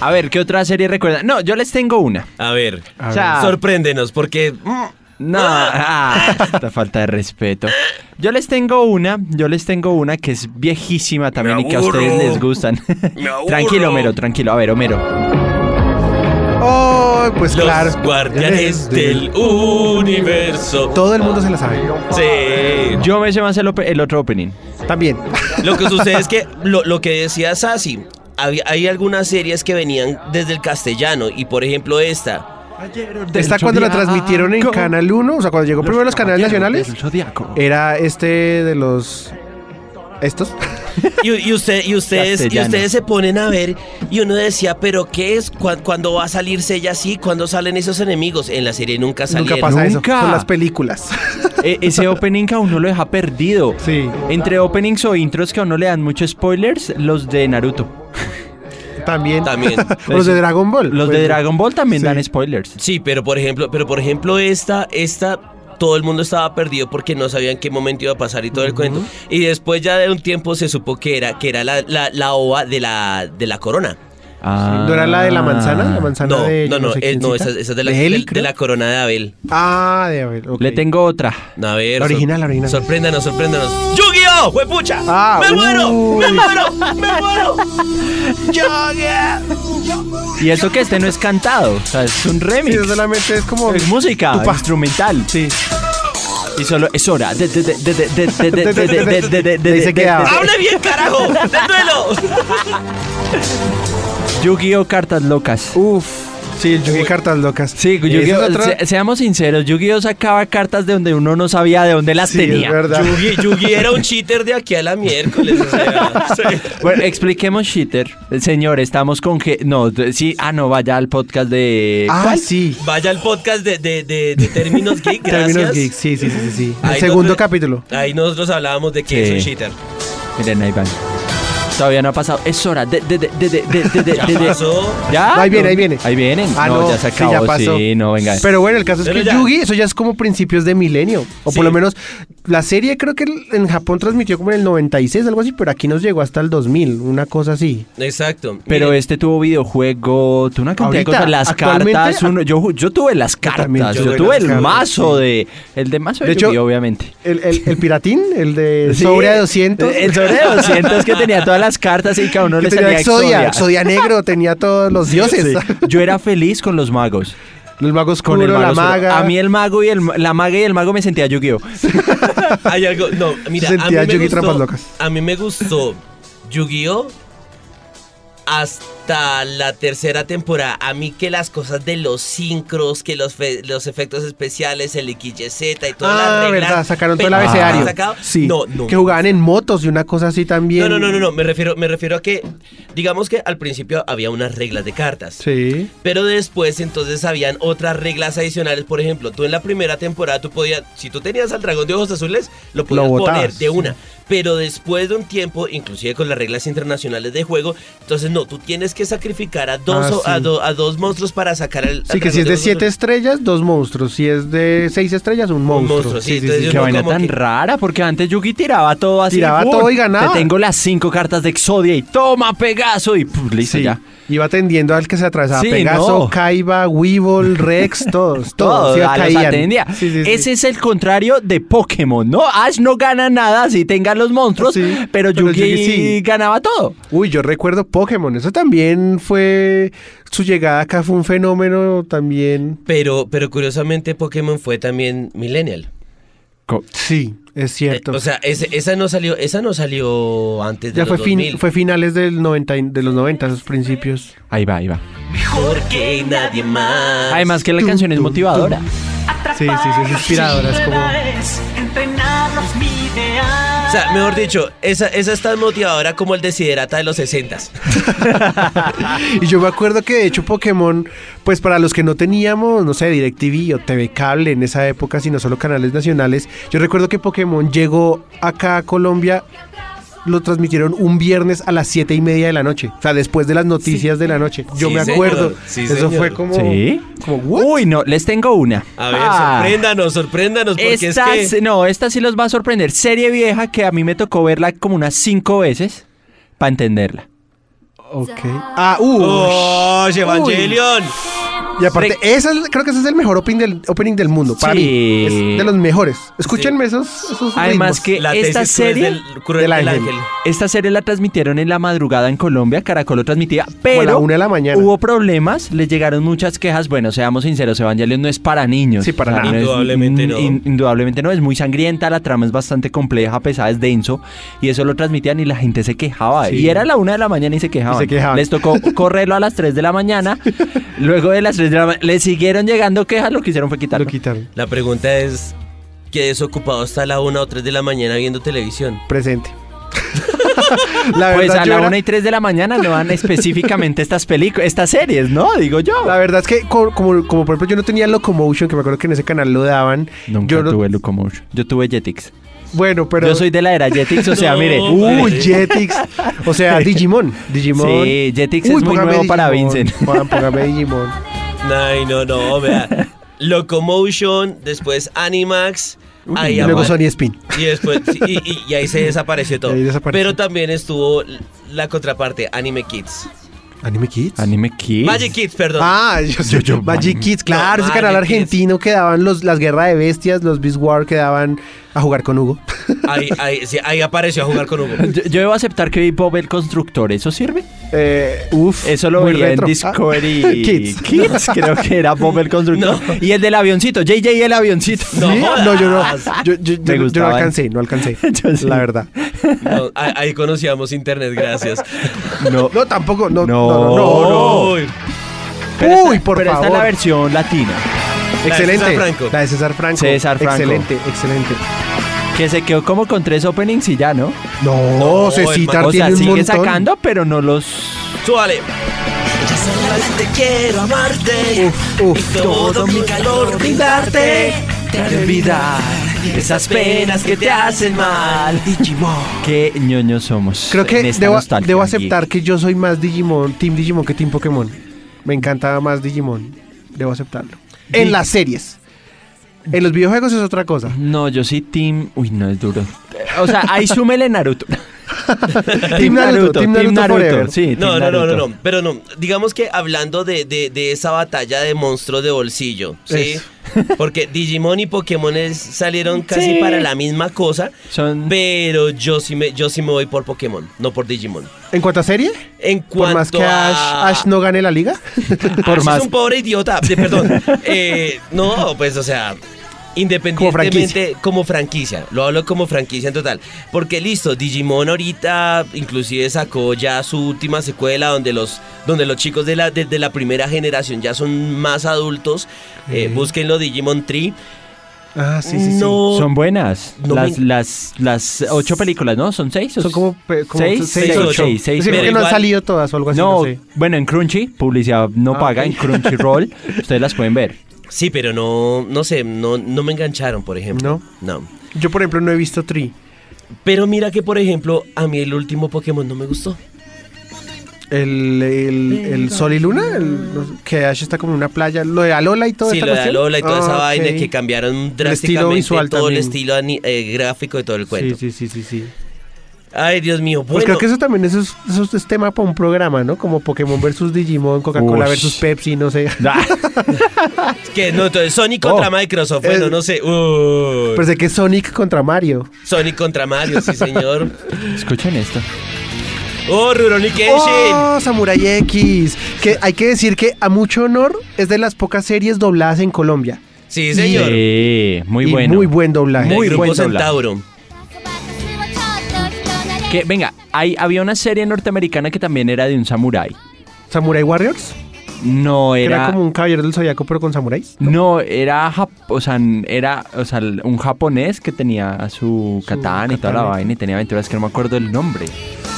[SPEAKER 2] A ver, ¿qué otra serie recuerda? No, yo les tengo una.
[SPEAKER 3] A ver,
[SPEAKER 2] O sea,
[SPEAKER 3] sorpréndenos porque mm,
[SPEAKER 2] no, ah, esta falta de respeto. Yo les tengo una, yo les tengo una que es viejísima también y que a ustedes les gustan. tranquilo, Homero, tranquilo. A ver, Homero.
[SPEAKER 4] Oh, pues
[SPEAKER 3] los
[SPEAKER 4] claro.
[SPEAKER 3] guardianes
[SPEAKER 4] Es
[SPEAKER 3] del universo.
[SPEAKER 4] Todo el mundo se la sabe.
[SPEAKER 3] Sí.
[SPEAKER 2] Yo me sé más el, op- el otro opening.
[SPEAKER 4] También.
[SPEAKER 3] Lo que sucede es que lo, lo que decía Sassy, había- hay algunas series que venían desde el castellano y por ejemplo esta.
[SPEAKER 4] Está cuando la transmitieron
[SPEAKER 3] Ah,
[SPEAKER 4] en Canal 1, o sea, cuando llegó primero a los canales nacionales, era este de los... ¿Estos?
[SPEAKER 3] Y, y usted, y, ustedes, y
[SPEAKER 2] Castellano.
[SPEAKER 3] ustedes se ponen a ver y uno decía, pero ¿qué es? ¿Cuándo, cuándo va a salirse ella así? ¿Cuándo salen esos enemigos? En la serie nunca salieron.
[SPEAKER 4] Nunca pasa
[SPEAKER 2] Nunca.
[SPEAKER 4] eso. Son las películas.
[SPEAKER 2] E- ese opening que a uno lo deja perdido.
[SPEAKER 4] Sí.
[SPEAKER 2] Entre openings o intros que a uno le dan muchos spoilers, los de Naruto.
[SPEAKER 4] También.
[SPEAKER 3] También.
[SPEAKER 4] O los de Dragon Ball.
[SPEAKER 2] Los
[SPEAKER 4] Pues,
[SPEAKER 2] de Dragon Ball también
[SPEAKER 4] sí.
[SPEAKER 2] dan spoilers.
[SPEAKER 3] Sí, pero por ejemplo, pero por ejemplo esta, esta, todo el mundo estaba perdido porque no sabían qué momento iba a pasar y todo el cuento. Y después ya de un tiempo se supo que era, que era la, la, la ova de la, de la corona.
[SPEAKER 4] ¿No era la de la manzana? La manzana
[SPEAKER 3] Ah. No,
[SPEAKER 4] de...
[SPEAKER 3] no, no,
[SPEAKER 4] sé
[SPEAKER 3] es, no,
[SPEAKER 4] quiéncita.
[SPEAKER 3] esa, esa es de la,
[SPEAKER 4] Eli,
[SPEAKER 3] de- de
[SPEAKER 4] creo.
[SPEAKER 3] la corona de Abel.
[SPEAKER 4] Ah, de Abel. ok.
[SPEAKER 2] Le tengo otra.
[SPEAKER 3] A ver,
[SPEAKER 4] La
[SPEAKER 3] sor-
[SPEAKER 4] original, la original.
[SPEAKER 3] Sorpréndanos, sorpréndanos. ¡Yu-Gi-Oh! ¡Huepucha!
[SPEAKER 4] Ah,
[SPEAKER 3] ¡Me muero! ¡Me
[SPEAKER 4] uy.
[SPEAKER 3] muero! ¡Me muero!
[SPEAKER 2] Y eso que este no es cantado, o sea, es un
[SPEAKER 4] Sí,
[SPEAKER 2] remix.
[SPEAKER 4] eso solamente es como...
[SPEAKER 2] es música
[SPEAKER 4] Upa.
[SPEAKER 2] instrumental.
[SPEAKER 4] Sí.
[SPEAKER 2] Y solo es hora. de- de- de- de- de- de- de- de- de- de- de- de- de- de- de-
[SPEAKER 4] Ahí se quedaba.
[SPEAKER 3] ¡Hable bien, carajo! ¡De duelo!
[SPEAKER 2] Yu-Gi-Oh! Cartas locas.
[SPEAKER 4] Uf. Sí, el Yugi Cartas Locas.
[SPEAKER 2] Sí, Yu-Gi-Oh!
[SPEAKER 4] Esa es otra-
[SPEAKER 2] se- seamos sinceros, Yu-Gi-Oh! sacaba cartas de donde uno no sabía de dónde las
[SPEAKER 4] Sí, es
[SPEAKER 2] tenía.
[SPEAKER 4] verdad.
[SPEAKER 3] Yugi, Yugi era un cheater de aquí a la miércoles. o sea, sí.
[SPEAKER 2] Bueno, expliquemos cheater. Señor, estamos con que. No, de- sí, ah, no, vaya al podcast de.
[SPEAKER 4] Ah,
[SPEAKER 2] ¿Cuál?
[SPEAKER 4] sí.
[SPEAKER 3] Vaya al podcast de, de, de, de términos geek, gracias.
[SPEAKER 4] Términos geek, sí, sí, sí, sí. sí. El
[SPEAKER 3] Ahí
[SPEAKER 4] segundo
[SPEAKER 3] donde-
[SPEAKER 4] capítulo.
[SPEAKER 3] Ahí nosotros hablábamos de que
[SPEAKER 2] Sí.
[SPEAKER 3] es un cheater.
[SPEAKER 2] Miren, ahí van. Todavía no ha pasado. Es hora. De, de, de, de, de, de, de, de-
[SPEAKER 3] Ya
[SPEAKER 2] de-
[SPEAKER 3] pasó.
[SPEAKER 2] ¿Ya?
[SPEAKER 4] Ahí viene,
[SPEAKER 2] Ah, No,
[SPEAKER 4] ahí viene.
[SPEAKER 2] Ahí vienen.
[SPEAKER 4] Ah,
[SPEAKER 2] no,
[SPEAKER 4] no,
[SPEAKER 2] ya se
[SPEAKER 4] sí,
[SPEAKER 2] acabó.
[SPEAKER 4] ya
[SPEAKER 2] Sí,
[SPEAKER 4] pasó.
[SPEAKER 2] no, venga.
[SPEAKER 4] Pero bueno, el caso es
[SPEAKER 3] Pero
[SPEAKER 4] que
[SPEAKER 3] ya.
[SPEAKER 4] Yugi, eso ya es como principios de milenio. O
[SPEAKER 3] Sí.
[SPEAKER 4] por lo menos la serie creo que en Japón transmitió como en el 96, algo así, pero aquí nos llegó hasta el 2000, una cosa así.
[SPEAKER 3] Exacto.
[SPEAKER 2] Pero
[SPEAKER 3] Miren,
[SPEAKER 2] este tuvo videojuego, tuvo una cantidad
[SPEAKER 4] eh, Ahorita,
[SPEAKER 2] de cosas, las
[SPEAKER 4] actualmente,
[SPEAKER 2] cartas, uno- yo, ju- yo tuve las cartas,
[SPEAKER 4] también
[SPEAKER 2] yo,
[SPEAKER 3] tuve las
[SPEAKER 2] tuve el
[SPEAKER 4] cartas,
[SPEAKER 2] mazo
[SPEAKER 4] sí.
[SPEAKER 2] de, el de mazo de,
[SPEAKER 4] De hecho,
[SPEAKER 2] Yu-Gi-Oh, obviamente.
[SPEAKER 4] El, el- el piratín, el de sobre a 200.
[SPEAKER 2] El sobre de 200 que tenía todas las cartas y cada uno
[SPEAKER 4] que
[SPEAKER 2] le
[SPEAKER 4] tenía
[SPEAKER 2] salía
[SPEAKER 4] Exodia,
[SPEAKER 2] Exodia.
[SPEAKER 4] Exodia negro, tenía todos los dioses.
[SPEAKER 2] Sí. Yo era feliz con los magos.
[SPEAKER 4] Los magos
[SPEAKER 2] Con el
[SPEAKER 4] oscuro, la
[SPEAKER 2] mago solo.
[SPEAKER 4] maga.
[SPEAKER 2] A mí el mago y el, ma- la maga y el mago me sentía Yu-Gi-Oh.
[SPEAKER 3] hay algo. No, mira, a mí,
[SPEAKER 4] Sentía
[SPEAKER 3] me
[SPEAKER 4] Yugi
[SPEAKER 3] gustó,
[SPEAKER 4] Trampas Locas.
[SPEAKER 3] a mí me gustó Yu-Gi-Oh! hasta la tercera temporada. A mí que las cosas de los sincros, que los, fe- los efectos especiales, el XYZ y todas
[SPEAKER 4] Ah,
[SPEAKER 3] las reglas.
[SPEAKER 4] verdad, sacaron todo el
[SPEAKER 3] pe- que han
[SPEAKER 4] abecedario.
[SPEAKER 3] sacado.
[SPEAKER 4] Sí,
[SPEAKER 3] No, no.
[SPEAKER 4] que jugaban en motos y una cosa así también.
[SPEAKER 3] No, no, no, no, no, me refiero, me refiero a que, digamos que al principio había unas reglas de cartas.
[SPEAKER 4] Sí.
[SPEAKER 3] Pero después entonces habían otras reglas adicionales. Por ejemplo, tú en la primera temporada tú podías, si tú tenías al dragón de ojos azules, lo podías
[SPEAKER 4] botabas,
[SPEAKER 3] poner de
[SPEAKER 4] sí.
[SPEAKER 3] una. Pero después de un tiempo, inclusive con las reglas internacionales de juego, entonces no, tú tienes que sacrificar a dos,
[SPEAKER 4] Ah,
[SPEAKER 3] o- a,
[SPEAKER 4] sí.
[SPEAKER 3] do- a dos monstruos para sacar al...
[SPEAKER 4] Sí, que si es de siete estrellas, dos monstruos. Si es de seis estrellas, un monstruo.
[SPEAKER 3] monstruo, sí, entonces
[SPEAKER 2] Qué
[SPEAKER 3] No,
[SPEAKER 2] vaina
[SPEAKER 3] como
[SPEAKER 2] tan
[SPEAKER 3] que-
[SPEAKER 2] rara, porque antes Yugi tiraba todo así.
[SPEAKER 4] Tiraba
[SPEAKER 2] ¡pum!
[SPEAKER 4] todo y ganaba.
[SPEAKER 2] Te tengo las cinco cartas de Exodia y toma Pegaso y ¡pum! listo
[SPEAKER 4] Sí,
[SPEAKER 2] ya.
[SPEAKER 4] Iba atendiendo al que se atravesaba.
[SPEAKER 2] Sí,
[SPEAKER 4] Pegaso,
[SPEAKER 2] no.
[SPEAKER 4] Kaiba, Weevil, Rex, todos.
[SPEAKER 2] Todo,
[SPEAKER 4] todos iba
[SPEAKER 2] a los
[SPEAKER 4] caían.
[SPEAKER 2] atendía.
[SPEAKER 4] Sí, sí, sí.
[SPEAKER 2] Ese es el contrario de Pokémon, ¿no? Ash no gana nada si tenga los monstruos,
[SPEAKER 4] Sí,
[SPEAKER 2] pero
[SPEAKER 4] pero
[SPEAKER 2] Yugi,
[SPEAKER 4] Yugi sí.
[SPEAKER 2] ganaba todo.
[SPEAKER 4] Uy, yo recuerdo Pokémon. Eso también fue. Su llegada acá fue un fenómeno también.
[SPEAKER 3] Pero, pero curiosamente Pokémon fue también Millennial.
[SPEAKER 4] Sí, es cierto.
[SPEAKER 3] Eh, o sea, ese- esa no salió, esa no salió antes de
[SPEAKER 4] ya
[SPEAKER 3] los
[SPEAKER 4] fue, fin-
[SPEAKER 3] 2000.
[SPEAKER 4] fue finales del 90, y- de los 90, esos principios.
[SPEAKER 2] Ahí va, ahí va.
[SPEAKER 3] Porque nadie más.
[SPEAKER 2] Además que la canción es motivadora.
[SPEAKER 4] Sí, sí, sí, es inspiradora. Es como.
[SPEAKER 8] Entrenarlos mi ideal.
[SPEAKER 3] O sea, mejor dicho, esa, esa es tan motivadora como el desiderata de los 60
[SPEAKER 4] Y yo me acuerdo que de hecho Pokémon, pues para los que no teníamos, no sé, DirecTV o TV Cable en esa época, sino solo canales nacionales, yo recuerdo que Pokémon llegó acá a Colombia, lo transmitieron un viernes a las siete y media de la noche, o sea, después de las noticias de la noche. Yo
[SPEAKER 3] Sí,
[SPEAKER 4] me
[SPEAKER 3] señor.
[SPEAKER 4] acuerdo.
[SPEAKER 3] Sí,
[SPEAKER 4] Eso
[SPEAKER 3] señor.
[SPEAKER 4] fue como...
[SPEAKER 2] ¿Sí?
[SPEAKER 4] como ¿what?
[SPEAKER 2] Uy, no, les tengo una.
[SPEAKER 3] A ver,
[SPEAKER 2] Ah.
[SPEAKER 3] sorpréndanos, sorpréndanos, porque
[SPEAKER 2] Esta,
[SPEAKER 3] es que...
[SPEAKER 2] sí- no, esta sí los va a sorprender. Serie vieja que a mí me tocó verla como unas cinco veces para entenderla.
[SPEAKER 4] Ok. Ah, uh.
[SPEAKER 3] ¡Oh, Evangelion!
[SPEAKER 4] Y aparte, esa es- creo que ese es el mejor opening del, opening del mundo, para
[SPEAKER 2] Sí.
[SPEAKER 4] mí. Es de los mejores. Escúchenme esos, esos
[SPEAKER 2] Además
[SPEAKER 4] ritmos.
[SPEAKER 2] que
[SPEAKER 3] La tesis
[SPEAKER 2] esta
[SPEAKER 3] cruel
[SPEAKER 2] serie,
[SPEAKER 3] del, cruel
[SPEAKER 4] del
[SPEAKER 3] del
[SPEAKER 4] ángel.
[SPEAKER 3] ángel.
[SPEAKER 2] esta serie la transmitieron en la madrugada en Colombia, Caracol lo transmitía, pero
[SPEAKER 4] la una de la mañana.
[SPEAKER 2] hubo problemas, le llegaron muchas quejas. Bueno, seamos sinceros, Evangelion no es para niños.
[SPEAKER 4] Sí, para
[SPEAKER 2] O sea,
[SPEAKER 4] nada.
[SPEAKER 2] es-
[SPEAKER 3] Indudablemente no.
[SPEAKER 2] indudablemente no, es muy sangrienta, la trama es bastante compleja, pesada, es denso, y eso lo transmitían y la gente se quejaba.
[SPEAKER 4] Sí.
[SPEAKER 2] Y era la una de la mañana y se quejaban.
[SPEAKER 4] Y se quejaban.
[SPEAKER 2] Les tocó correrlo a las 3 de la mañana, luego de las 3 de la mañana, le siguieron llegando quejas, lo que hicieron fue quitarlo.
[SPEAKER 4] Lo quitaron.
[SPEAKER 3] La pregunta es, ¿qué desocupado está a la una o tres de la mañana viendo televisión?
[SPEAKER 4] presente. la verdad,
[SPEAKER 2] Pues a
[SPEAKER 4] yo
[SPEAKER 2] la
[SPEAKER 4] era-
[SPEAKER 2] 1 y 3 de la mañana no van específicamente estas películas, estas series, ¿no? Digo yo.
[SPEAKER 4] la verdad es que co- como, como por ejemplo yo no tenía Locomotion, que me acuerdo que en ese canal lo daban.
[SPEAKER 2] Nunca
[SPEAKER 4] yo no-
[SPEAKER 2] tuve Locomotion. Yo tuve Jetix.
[SPEAKER 4] Bueno, pero...
[SPEAKER 2] Yo soy de la era Jetix, o sea,
[SPEAKER 3] No,
[SPEAKER 2] mire.
[SPEAKER 4] Uy, Jetix. O sea, Digimon. Digimon.
[SPEAKER 2] Sí, Jetix es muy
[SPEAKER 4] póngame
[SPEAKER 2] nuevo para
[SPEAKER 4] Digimon.
[SPEAKER 2] Vincent.
[SPEAKER 4] Juan, póngame Digimon.
[SPEAKER 3] Ay, no, no, vea. Locomotion, después Animax. ahí
[SPEAKER 4] y luego
[SPEAKER 3] apare-
[SPEAKER 4] Sony Spin.
[SPEAKER 3] Y después, sí, y, y- y ahí se desapareció todo.
[SPEAKER 4] Y ahí desapareció.
[SPEAKER 3] Pero también estuvo la contraparte, Anime Kids.
[SPEAKER 4] ¿Anime Kids?
[SPEAKER 2] Anime Kids.
[SPEAKER 3] Magic Kids, perdón.
[SPEAKER 4] Ah, yo, sé,
[SPEAKER 2] yo-
[SPEAKER 4] Magic Kids, claro,
[SPEAKER 3] No,
[SPEAKER 4] ese canal
[SPEAKER 3] Magic Kids.
[SPEAKER 4] argentino que daban los, las guerras de bestias, los Beast War que daban a jugar con Hugo.
[SPEAKER 3] Ahí, ahí, sí, ahí apareció a jugar con Hugo.
[SPEAKER 2] Yo, yo debo aceptar que vi Bob el Constructor. ¿Eso sirve?
[SPEAKER 4] Eh, uf,
[SPEAKER 2] Eso lo
[SPEAKER 4] muy
[SPEAKER 2] veía
[SPEAKER 4] retro.
[SPEAKER 2] en Discovery
[SPEAKER 4] Kids.
[SPEAKER 2] Creo que era Bob el Constructor.
[SPEAKER 3] No.
[SPEAKER 2] Y el del avioncito. JJ el avioncito.
[SPEAKER 3] No
[SPEAKER 4] ¿Sí?
[SPEAKER 3] jodas.
[SPEAKER 4] No, yo no. Yo, yo- yo no- yo no
[SPEAKER 2] gustaban.
[SPEAKER 4] alcancé, no alcancé.
[SPEAKER 2] Yo sí.
[SPEAKER 4] La verdad.
[SPEAKER 3] No, ahí, ahí conocíamos internet, gracias.
[SPEAKER 4] Oh, No, tampoco. No,
[SPEAKER 2] No.
[SPEAKER 4] no, no. no, no.
[SPEAKER 3] Uy,
[SPEAKER 2] Pero
[SPEAKER 4] Uy,
[SPEAKER 2] esta-
[SPEAKER 4] por
[SPEAKER 2] pero esta es
[SPEAKER 4] favor.
[SPEAKER 2] la versión latina.
[SPEAKER 4] Excelente. La de César Franco.
[SPEAKER 2] César Franco.
[SPEAKER 4] Excelente, excelente.
[SPEAKER 2] Que se quedó como con tres openings y ya, ¿no?
[SPEAKER 4] No, Cecita
[SPEAKER 2] O sea,
[SPEAKER 4] tiene un
[SPEAKER 2] sigue
[SPEAKER 4] montón.
[SPEAKER 2] sacando, pero no los...
[SPEAKER 3] Súbale.
[SPEAKER 12] Ya solamente quiero amarte y todo mi calor brindarte. Te haré olvidar esas penas que te hacen mal. Digimon.
[SPEAKER 2] Qué ñoños somos.
[SPEAKER 4] Creo
[SPEAKER 2] en
[SPEAKER 4] que
[SPEAKER 2] esta
[SPEAKER 4] debo,
[SPEAKER 2] nostalgia,
[SPEAKER 4] debo
[SPEAKER 2] Geek.
[SPEAKER 4] aceptar que yo soy más Digimon, Team Digimon que Team Pokémon. Me encanta más Digimon. Debo aceptarlo. En
[SPEAKER 2] Dig-
[SPEAKER 4] las series. En los videojuegos es otra cosa.
[SPEAKER 2] No, yo sí team... Uy, no, es duro. O sea, ahí súmele Naruto.
[SPEAKER 4] Team Naruto, Team Naruto forever.
[SPEAKER 2] sí.
[SPEAKER 3] No,
[SPEAKER 2] team
[SPEAKER 3] no, no,
[SPEAKER 2] Naruto.
[SPEAKER 3] no, no. Pero no, digamos que hablando de, de- de esa batalla de monstruos de bolsillo, ¿sí? Porque Digimon y Pokémon es- salieron casi
[SPEAKER 2] Sí.
[SPEAKER 3] para la misma cosa,
[SPEAKER 2] Son...
[SPEAKER 3] pero yo sí, me, yo sí me voy por Pokémon, no por Digimon.
[SPEAKER 4] ¿En cuanto a serie?
[SPEAKER 3] En
[SPEAKER 4] Por
[SPEAKER 3] cuanto
[SPEAKER 4] más que
[SPEAKER 3] a...
[SPEAKER 4] Ash, Ash no gane la liga.
[SPEAKER 2] por
[SPEAKER 3] Ash
[SPEAKER 2] más-
[SPEAKER 3] es un pobre idiota, de- perdón. Eh, no, pues, o sea, independientemente como franquicia. lo hablo como franquicia en total, porque listo, Digimon ahorita inclusive sacó ya su última secuela donde los donde los chicos de la de, de la primera generación ya son más adultos. Eh, Búsquenlo Digimon Tree.
[SPEAKER 4] Ah, sí, sí, sí.
[SPEAKER 3] No,
[SPEAKER 2] Son buenas.
[SPEAKER 3] No
[SPEAKER 2] las,
[SPEAKER 3] me-
[SPEAKER 2] las, las ocho películas, ¿no? ¿Son seis? o
[SPEAKER 4] Son como, pe- como
[SPEAKER 2] seis,
[SPEAKER 4] seis,
[SPEAKER 2] seis,
[SPEAKER 4] ocho.
[SPEAKER 2] seis, seis,
[SPEAKER 4] Sí,
[SPEAKER 3] pero
[SPEAKER 4] porque no han
[SPEAKER 3] igual-
[SPEAKER 4] salido todas o algo así. No,
[SPEAKER 2] No,
[SPEAKER 4] sé.
[SPEAKER 2] bueno, en Crunchy, publicidad no
[SPEAKER 4] Ah,
[SPEAKER 2] paga,
[SPEAKER 4] ok.
[SPEAKER 2] en Crunchyroll ustedes las pueden ver.
[SPEAKER 3] Sí, pero no no sé, no no me engancharon, por ejemplo. No. No.
[SPEAKER 4] Yo, por ejemplo, no he visto Tree.
[SPEAKER 3] Pero mira que por ejemplo, a mí el último Pokémon no me gustó.
[SPEAKER 4] El, el- el Sol y Luna, el- no sé, que Ash está como en una playa. Lo de Alola y todo
[SPEAKER 3] Sí,
[SPEAKER 4] esta
[SPEAKER 3] lo de
[SPEAKER 4] cuestión.
[SPEAKER 3] Alola y toda esa
[SPEAKER 4] Ah,
[SPEAKER 3] vaina
[SPEAKER 4] ok.
[SPEAKER 3] que cambiaron
[SPEAKER 4] El
[SPEAKER 3] drásticamente
[SPEAKER 4] estilo visual
[SPEAKER 3] todo el
[SPEAKER 4] también.
[SPEAKER 3] estilo ani- eh, gráfico de todo el cuento.
[SPEAKER 4] Sí, sí, sí, sí, sí.
[SPEAKER 3] Ay, Dios mío. Bueno,
[SPEAKER 4] Pues creo que eso también eso es, eso es tema para un programa, ¿no? Como Pokémon versus Digimon, Coca-Cola
[SPEAKER 2] Ush.
[SPEAKER 4] versus Pepsi, no sé.
[SPEAKER 3] que no, entonces Sonic contra Microsoft, bueno,
[SPEAKER 4] Eh,
[SPEAKER 3] no sé. Uy.
[SPEAKER 4] Oh. Pero sé que es Sonic contra Mario.
[SPEAKER 3] Sonic contra Mario, sí, señor.
[SPEAKER 2] Escuchen esto.
[SPEAKER 3] oh, Rurouni Kenshin.
[SPEAKER 4] ¡Oh, Samurai X! Que hay que decir que A Mucho Honor es de las pocas series dobladas en Colombia.
[SPEAKER 3] Sí, señor.
[SPEAKER 2] Sí, Eh, muy
[SPEAKER 4] Y
[SPEAKER 2] bueno.
[SPEAKER 4] Muy buen doblaje.
[SPEAKER 3] Del grupo
[SPEAKER 2] buen doblaje.
[SPEAKER 3] Centauro.
[SPEAKER 2] Que, venga, hay, había una serie norteamericana que también era de un samurái.
[SPEAKER 4] ¿Samurai Warriors?
[SPEAKER 2] No
[SPEAKER 4] que Era
[SPEAKER 2] era.
[SPEAKER 4] como un caballero del zodiaco, pero con samuráis.
[SPEAKER 2] No, era, jap- o sea, n- era o sea, l- un japonés que tenía su katana y toda la
[SPEAKER 4] katana.
[SPEAKER 2] vaina y tenía aventuras que no me acuerdo el nombre.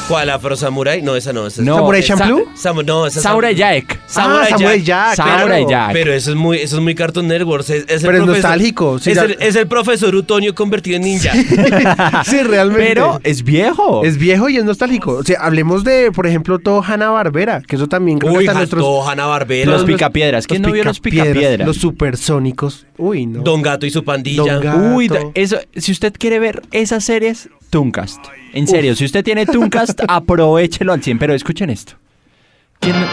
[SPEAKER 3] ¿Cuál? ¿Afro Samurai? No, esa no. Esa es-
[SPEAKER 2] No,
[SPEAKER 4] ¿Samurai
[SPEAKER 2] esa-
[SPEAKER 4] Champloo?
[SPEAKER 3] Samu- no, esa es-
[SPEAKER 2] Samurai Jack.
[SPEAKER 3] Samurai,
[SPEAKER 4] Ah, Samurai
[SPEAKER 3] Jack.
[SPEAKER 4] Jack,
[SPEAKER 2] Samurai
[SPEAKER 4] claro.
[SPEAKER 2] Jack.
[SPEAKER 3] Pero eso es muy, eso es muy Cartoon Network. Es, es el
[SPEAKER 4] Pero es
[SPEAKER 3] profesor-
[SPEAKER 4] nostálgico, sí,
[SPEAKER 3] es,
[SPEAKER 4] ya-
[SPEAKER 3] el, es el profesor Utonio convertido en ninja.
[SPEAKER 4] sí, realmente.
[SPEAKER 2] Pero es viejo.
[SPEAKER 4] Es viejo y es nostálgico. O sea, hablemos de, por ejemplo, todo Hanna Barbera, que eso también creo
[SPEAKER 3] Uy,
[SPEAKER 4] que hasta nuestros.
[SPEAKER 3] Hanna Barbera.
[SPEAKER 2] los picapiedras. ¿Quién no vio los picapiedras?
[SPEAKER 4] Los supersónicos. Uy, no.
[SPEAKER 3] Don Gato y su pandilla.
[SPEAKER 4] Don Gato.
[SPEAKER 2] Uy,
[SPEAKER 4] Gato.
[SPEAKER 2] da- eso, si usted quiere ver esas series, Tooncast. En serio, si usted tiene Tooncast, aprovechelo al 100, pero escuchen esto. ¿Quién no-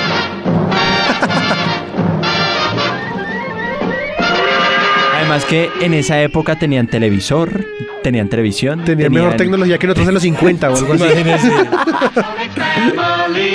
[SPEAKER 2] Además que en esa época tenían televisor, tenían televisión.
[SPEAKER 4] Tenía mejor tecnología que nosotros en los 50 o algo así.
[SPEAKER 3] Imagínense.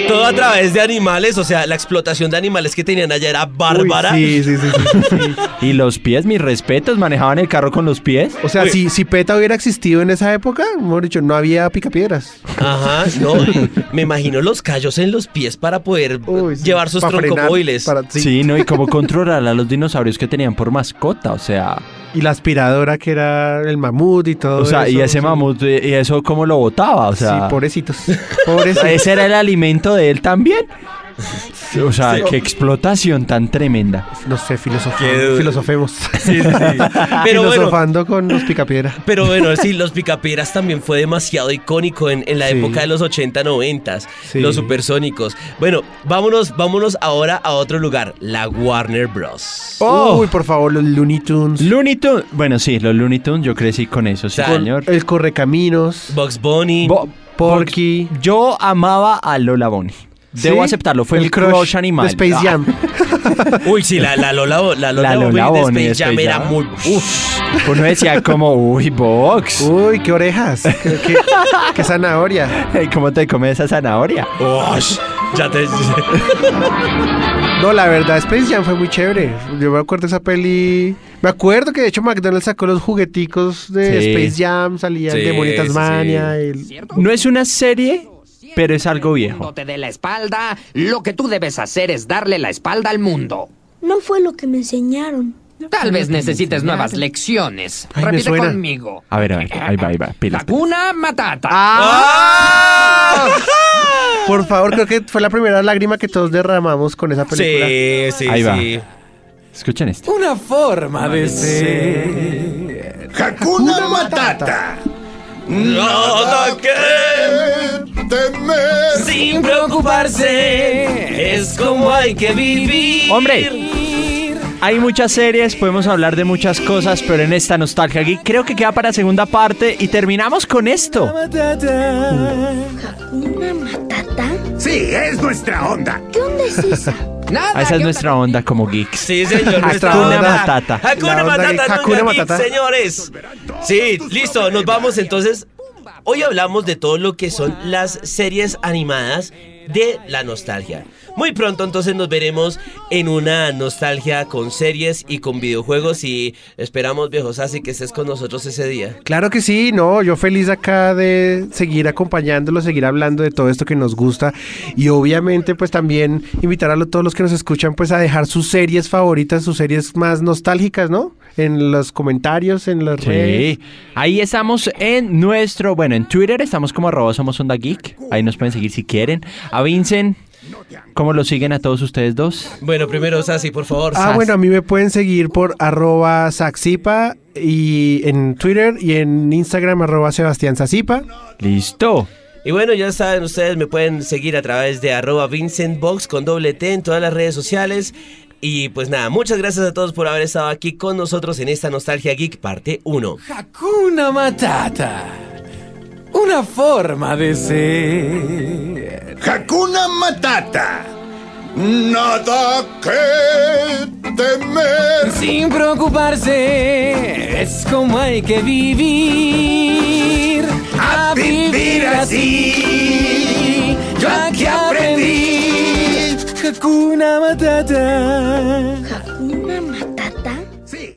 [SPEAKER 3] Todo a través de animales, o sea, la explotación de animales que tenían allá era bárbara.
[SPEAKER 4] Uy, sí, sí, sí, sí, sí.
[SPEAKER 2] Y los pies, mis respetos, manejaban el carro con los pies.
[SPEAKER 4] O sea,
[SPEAKER 3] Uy.
[SPEAKER 4] si, si PETA hubiera existido en esa época, mejor dicho, no había picapiedras.
[SPEAKER 3] Ajá, no. eh, Me imagino los callos en los pies para poder
[SPEAKER 4] Uy, sí.
[SPEAKER 3] llevar sus
[SPEAKER 4] Pa' frenar,
[SPEAKER 3] troncomóviles.
[SPEAKER 4] para- sí.
[SPEAKER 2] Sí. ¿no? Y cómo controlar a los dinosaurios que tenían por mascota, o sea...
[SPEAKER 4] Y la aspiradora que era el mamut y todo
[SPEAKER 2] O sea, y
[SPEAKER 4] eso,
[SPEAKER 2] ese
[SPEAKER 4] sí.
[SPEAKER 2] mamut, eh, y eso cómo lo botaba, o sea...
[SPEAKER 4] sí, pobrecitos. Pobrecitos.
[SPEAKER 2] ¿Ese era el alimento de él también? O sea, qué explotación tan tremenda.
[SPEAKER 4] No sé, filosofo-
[SPEAKER 3] Qué-
[SPEAKER 4] filosofemos.
[SPEAKER 3] Pero bueno,
[SPEAKER 4] Filosofando con los picapiedras.
[SPEAKER 3] Pero bueno, sí, los picapiedras también fue demasiado icónico en, en la época de los 80, 90,
[SPEAKER 4] Sí.
[SPEAKER 3] los supersónicos. Bueno, vámonos, vámonos ahora a otro lugar, la Warner Bros.
[SPEAKER 2] ¡Oh!
[SPEAKER 4] Uy, por favor, los Looney Tunes.
[SPEAKER 2] Looney Tunes. Bueno, sí, los Looney Tunes, yo crecí con eso, sí,
[SPEAKER 3] Con-
[SPEAKER 2] señor.
[SPEAKER 4] El Correcaminos.
[SPEAKER 3] Bugs Bunny.
[SPEAKER 2] Bo-
[SPEAKER 4] Porky.
[SPEAKER 2] Yo amaba a Lola Bonnie. Debo
[SPEAKER 4] ¿Sí?
[SPEAKER 2] aceptarlo, fue el, crush, animal. Ah,
[SPEAKER 4] de Space Jam.
[SPEAKER 3] Uy, sí, la, la Lola, Bo- la
[SPEAKER 2] La
[SPEAKER 3] Lola,
[SPEAKER 2] Lola
[SPEAKER 3] Bonnie de
[SPEAKER 2] Bonnie de
[SPEAKER 3] Space Jam
[SPEAKER 2] Space
[SPEAKER 3] era
[SPEAKER 2] Jam.
[SPEAKER 3] muy...
[SPEAKER 2] Ah, uno decía como, uy, Box,
[SPEAKER 4] Uy, qué orejas. Qué, qué- qué zanahoria.
[SPEAKER 2] ¿cómo te comes esa zanahoria?
[SPEAKER 3] Ush, ya te...
[SPEAKER 4] No, la verdad, Space Jam fue muy chévere. Yo me acuerdo de esa peli. Me acuerdo que de hecho McDonald's sacó los jugueticos de
[SPEAKER 2] Sí.
[SPEAKER 4] Space Jam. Salían
[SPEAKER 3] Sí,
[SPEAKER 4] de Bonitas
[SPEAKER 3] sí,
[SPEAKER 4] Mania. el-
[SPEAKER 2] No es una serie, pero es algo viejo.
[SPEAKER 6] te dé la espalda, lo que tú debes hacer es darle la espalda al mundo.
[SPEAKER 13] No fue lo que me enseñaron.
[SPEAKER 6] Tal vez necesites nuevas lecciones.
[SPEAKER 2] Ay, me
[SPEAKER 6] Repite
[SPEAKER 2] suena.
[SPEAKER 6] conmigo.
[SPEAKER 2] A ver, a ver, ahí va, ahí va. Pilas.
[SPEAKER 6] Una matata.
[SPEAKER 3] ¡Ah!
[SPEAKER 4] Por favor, creo que fue la primera lágrima que todos derramamos con esa película.
[SPEAKER 3] Sí, sí,
[SPEAKER 2] Ahí va.
[SPEAKER 3] sí.
[SPEAKER 2] Escuchen esto.
[SPEAKER 14] Una forma de ser. Hakuna Matata. Nada que temer. Sin preocuparse. Es como hay que vivir.
[SPEAKER 2] Hombre. Hay muchas series, podemos hablar de muchas cosas, pero en esta nostalgia geek creo que queda para segunda parte y terminamos con esto.
[SPEAKER 13] ¿Una matata?
[SPEAKER 2] Sí, es nuestra onda.
[SPEAKER 13] ¿Qué onda es esa?
[SPEAKER 2] Esa es nuestra onda como geeks.
[SPEAKER 3] Sí, señor. nuestra
[SPEAKER 2] Hakuna
[SPEAKER 3] onda.
[SPEAKER 2] Matata.
[SPEAKER 3] Hakuna
[SPEAKER 2] La onda
[SPEAKER 3] Matata.
[SPEAKER 2] geek.
[SPEAKER 3] Ninja
[SPEAKER 2] Hakuna
[SPEAKER 3] Geek,
[SPEAKER 2] Matata.
[SPEAKER 3] señores. Sí, listo. Nos vamos entonces. Hoy hablamos de todo lo que son las series animadas de la nostalgia. Muy pronto entonces nos veremos en una nostalgia con series y con videojuegos y esperamos viejos así que estés con nosotros ese día.
[SPEAKER 4] Claro que sí, no, yo feliz acá de seguir acompañándolo, seguir hablando de todo esto que nos gusta y obviamente pues también invitar a lo- todos los que nos escuchan pues a dejar sus series favoritas, sus series más nostálgicas, ¿no? En los comentarios, en las redes.
[SPEAKER 2] Sí, ahí estamos en nuestro, bueno, en Twitter estamos como arroba somos onda geek, ahí nos pueden seguir si quieren. A Vincent, ¿cómo lo siguen a todos ustedes dos?
[SPEAKER 3] Bueno, primero Sasi, por favor.
[SPEAKER 4] Ah,
[SPEAKER 3] Sas.
[SPEAKER 4] bueno, a mí me pueden seguir por arroba saxipa y en Twitter y en Instagram arroba Sebastián Saxipa.
[SPEAKER 2] Listo.
[SPEAKER 3] Y bueno, ya saben, ustedes me pueden seguir a través de arroba VincentBox con doble T en todas las redes sociales. Y pues nada, muchas gracias a todos por haber estado aquí con nosotros en esta Nostalgia Geek parte 1.
[SPEAKER 14] Hakuna Matata. Una forma de ser. Hakuna Matata. Nada que temer. Sin preocuparse. Es como hay que vivir. A, vivir así. Yo aquí aprendí. Hakuna Matata.
[SPEAKER 13] ¿Una matata? Sí.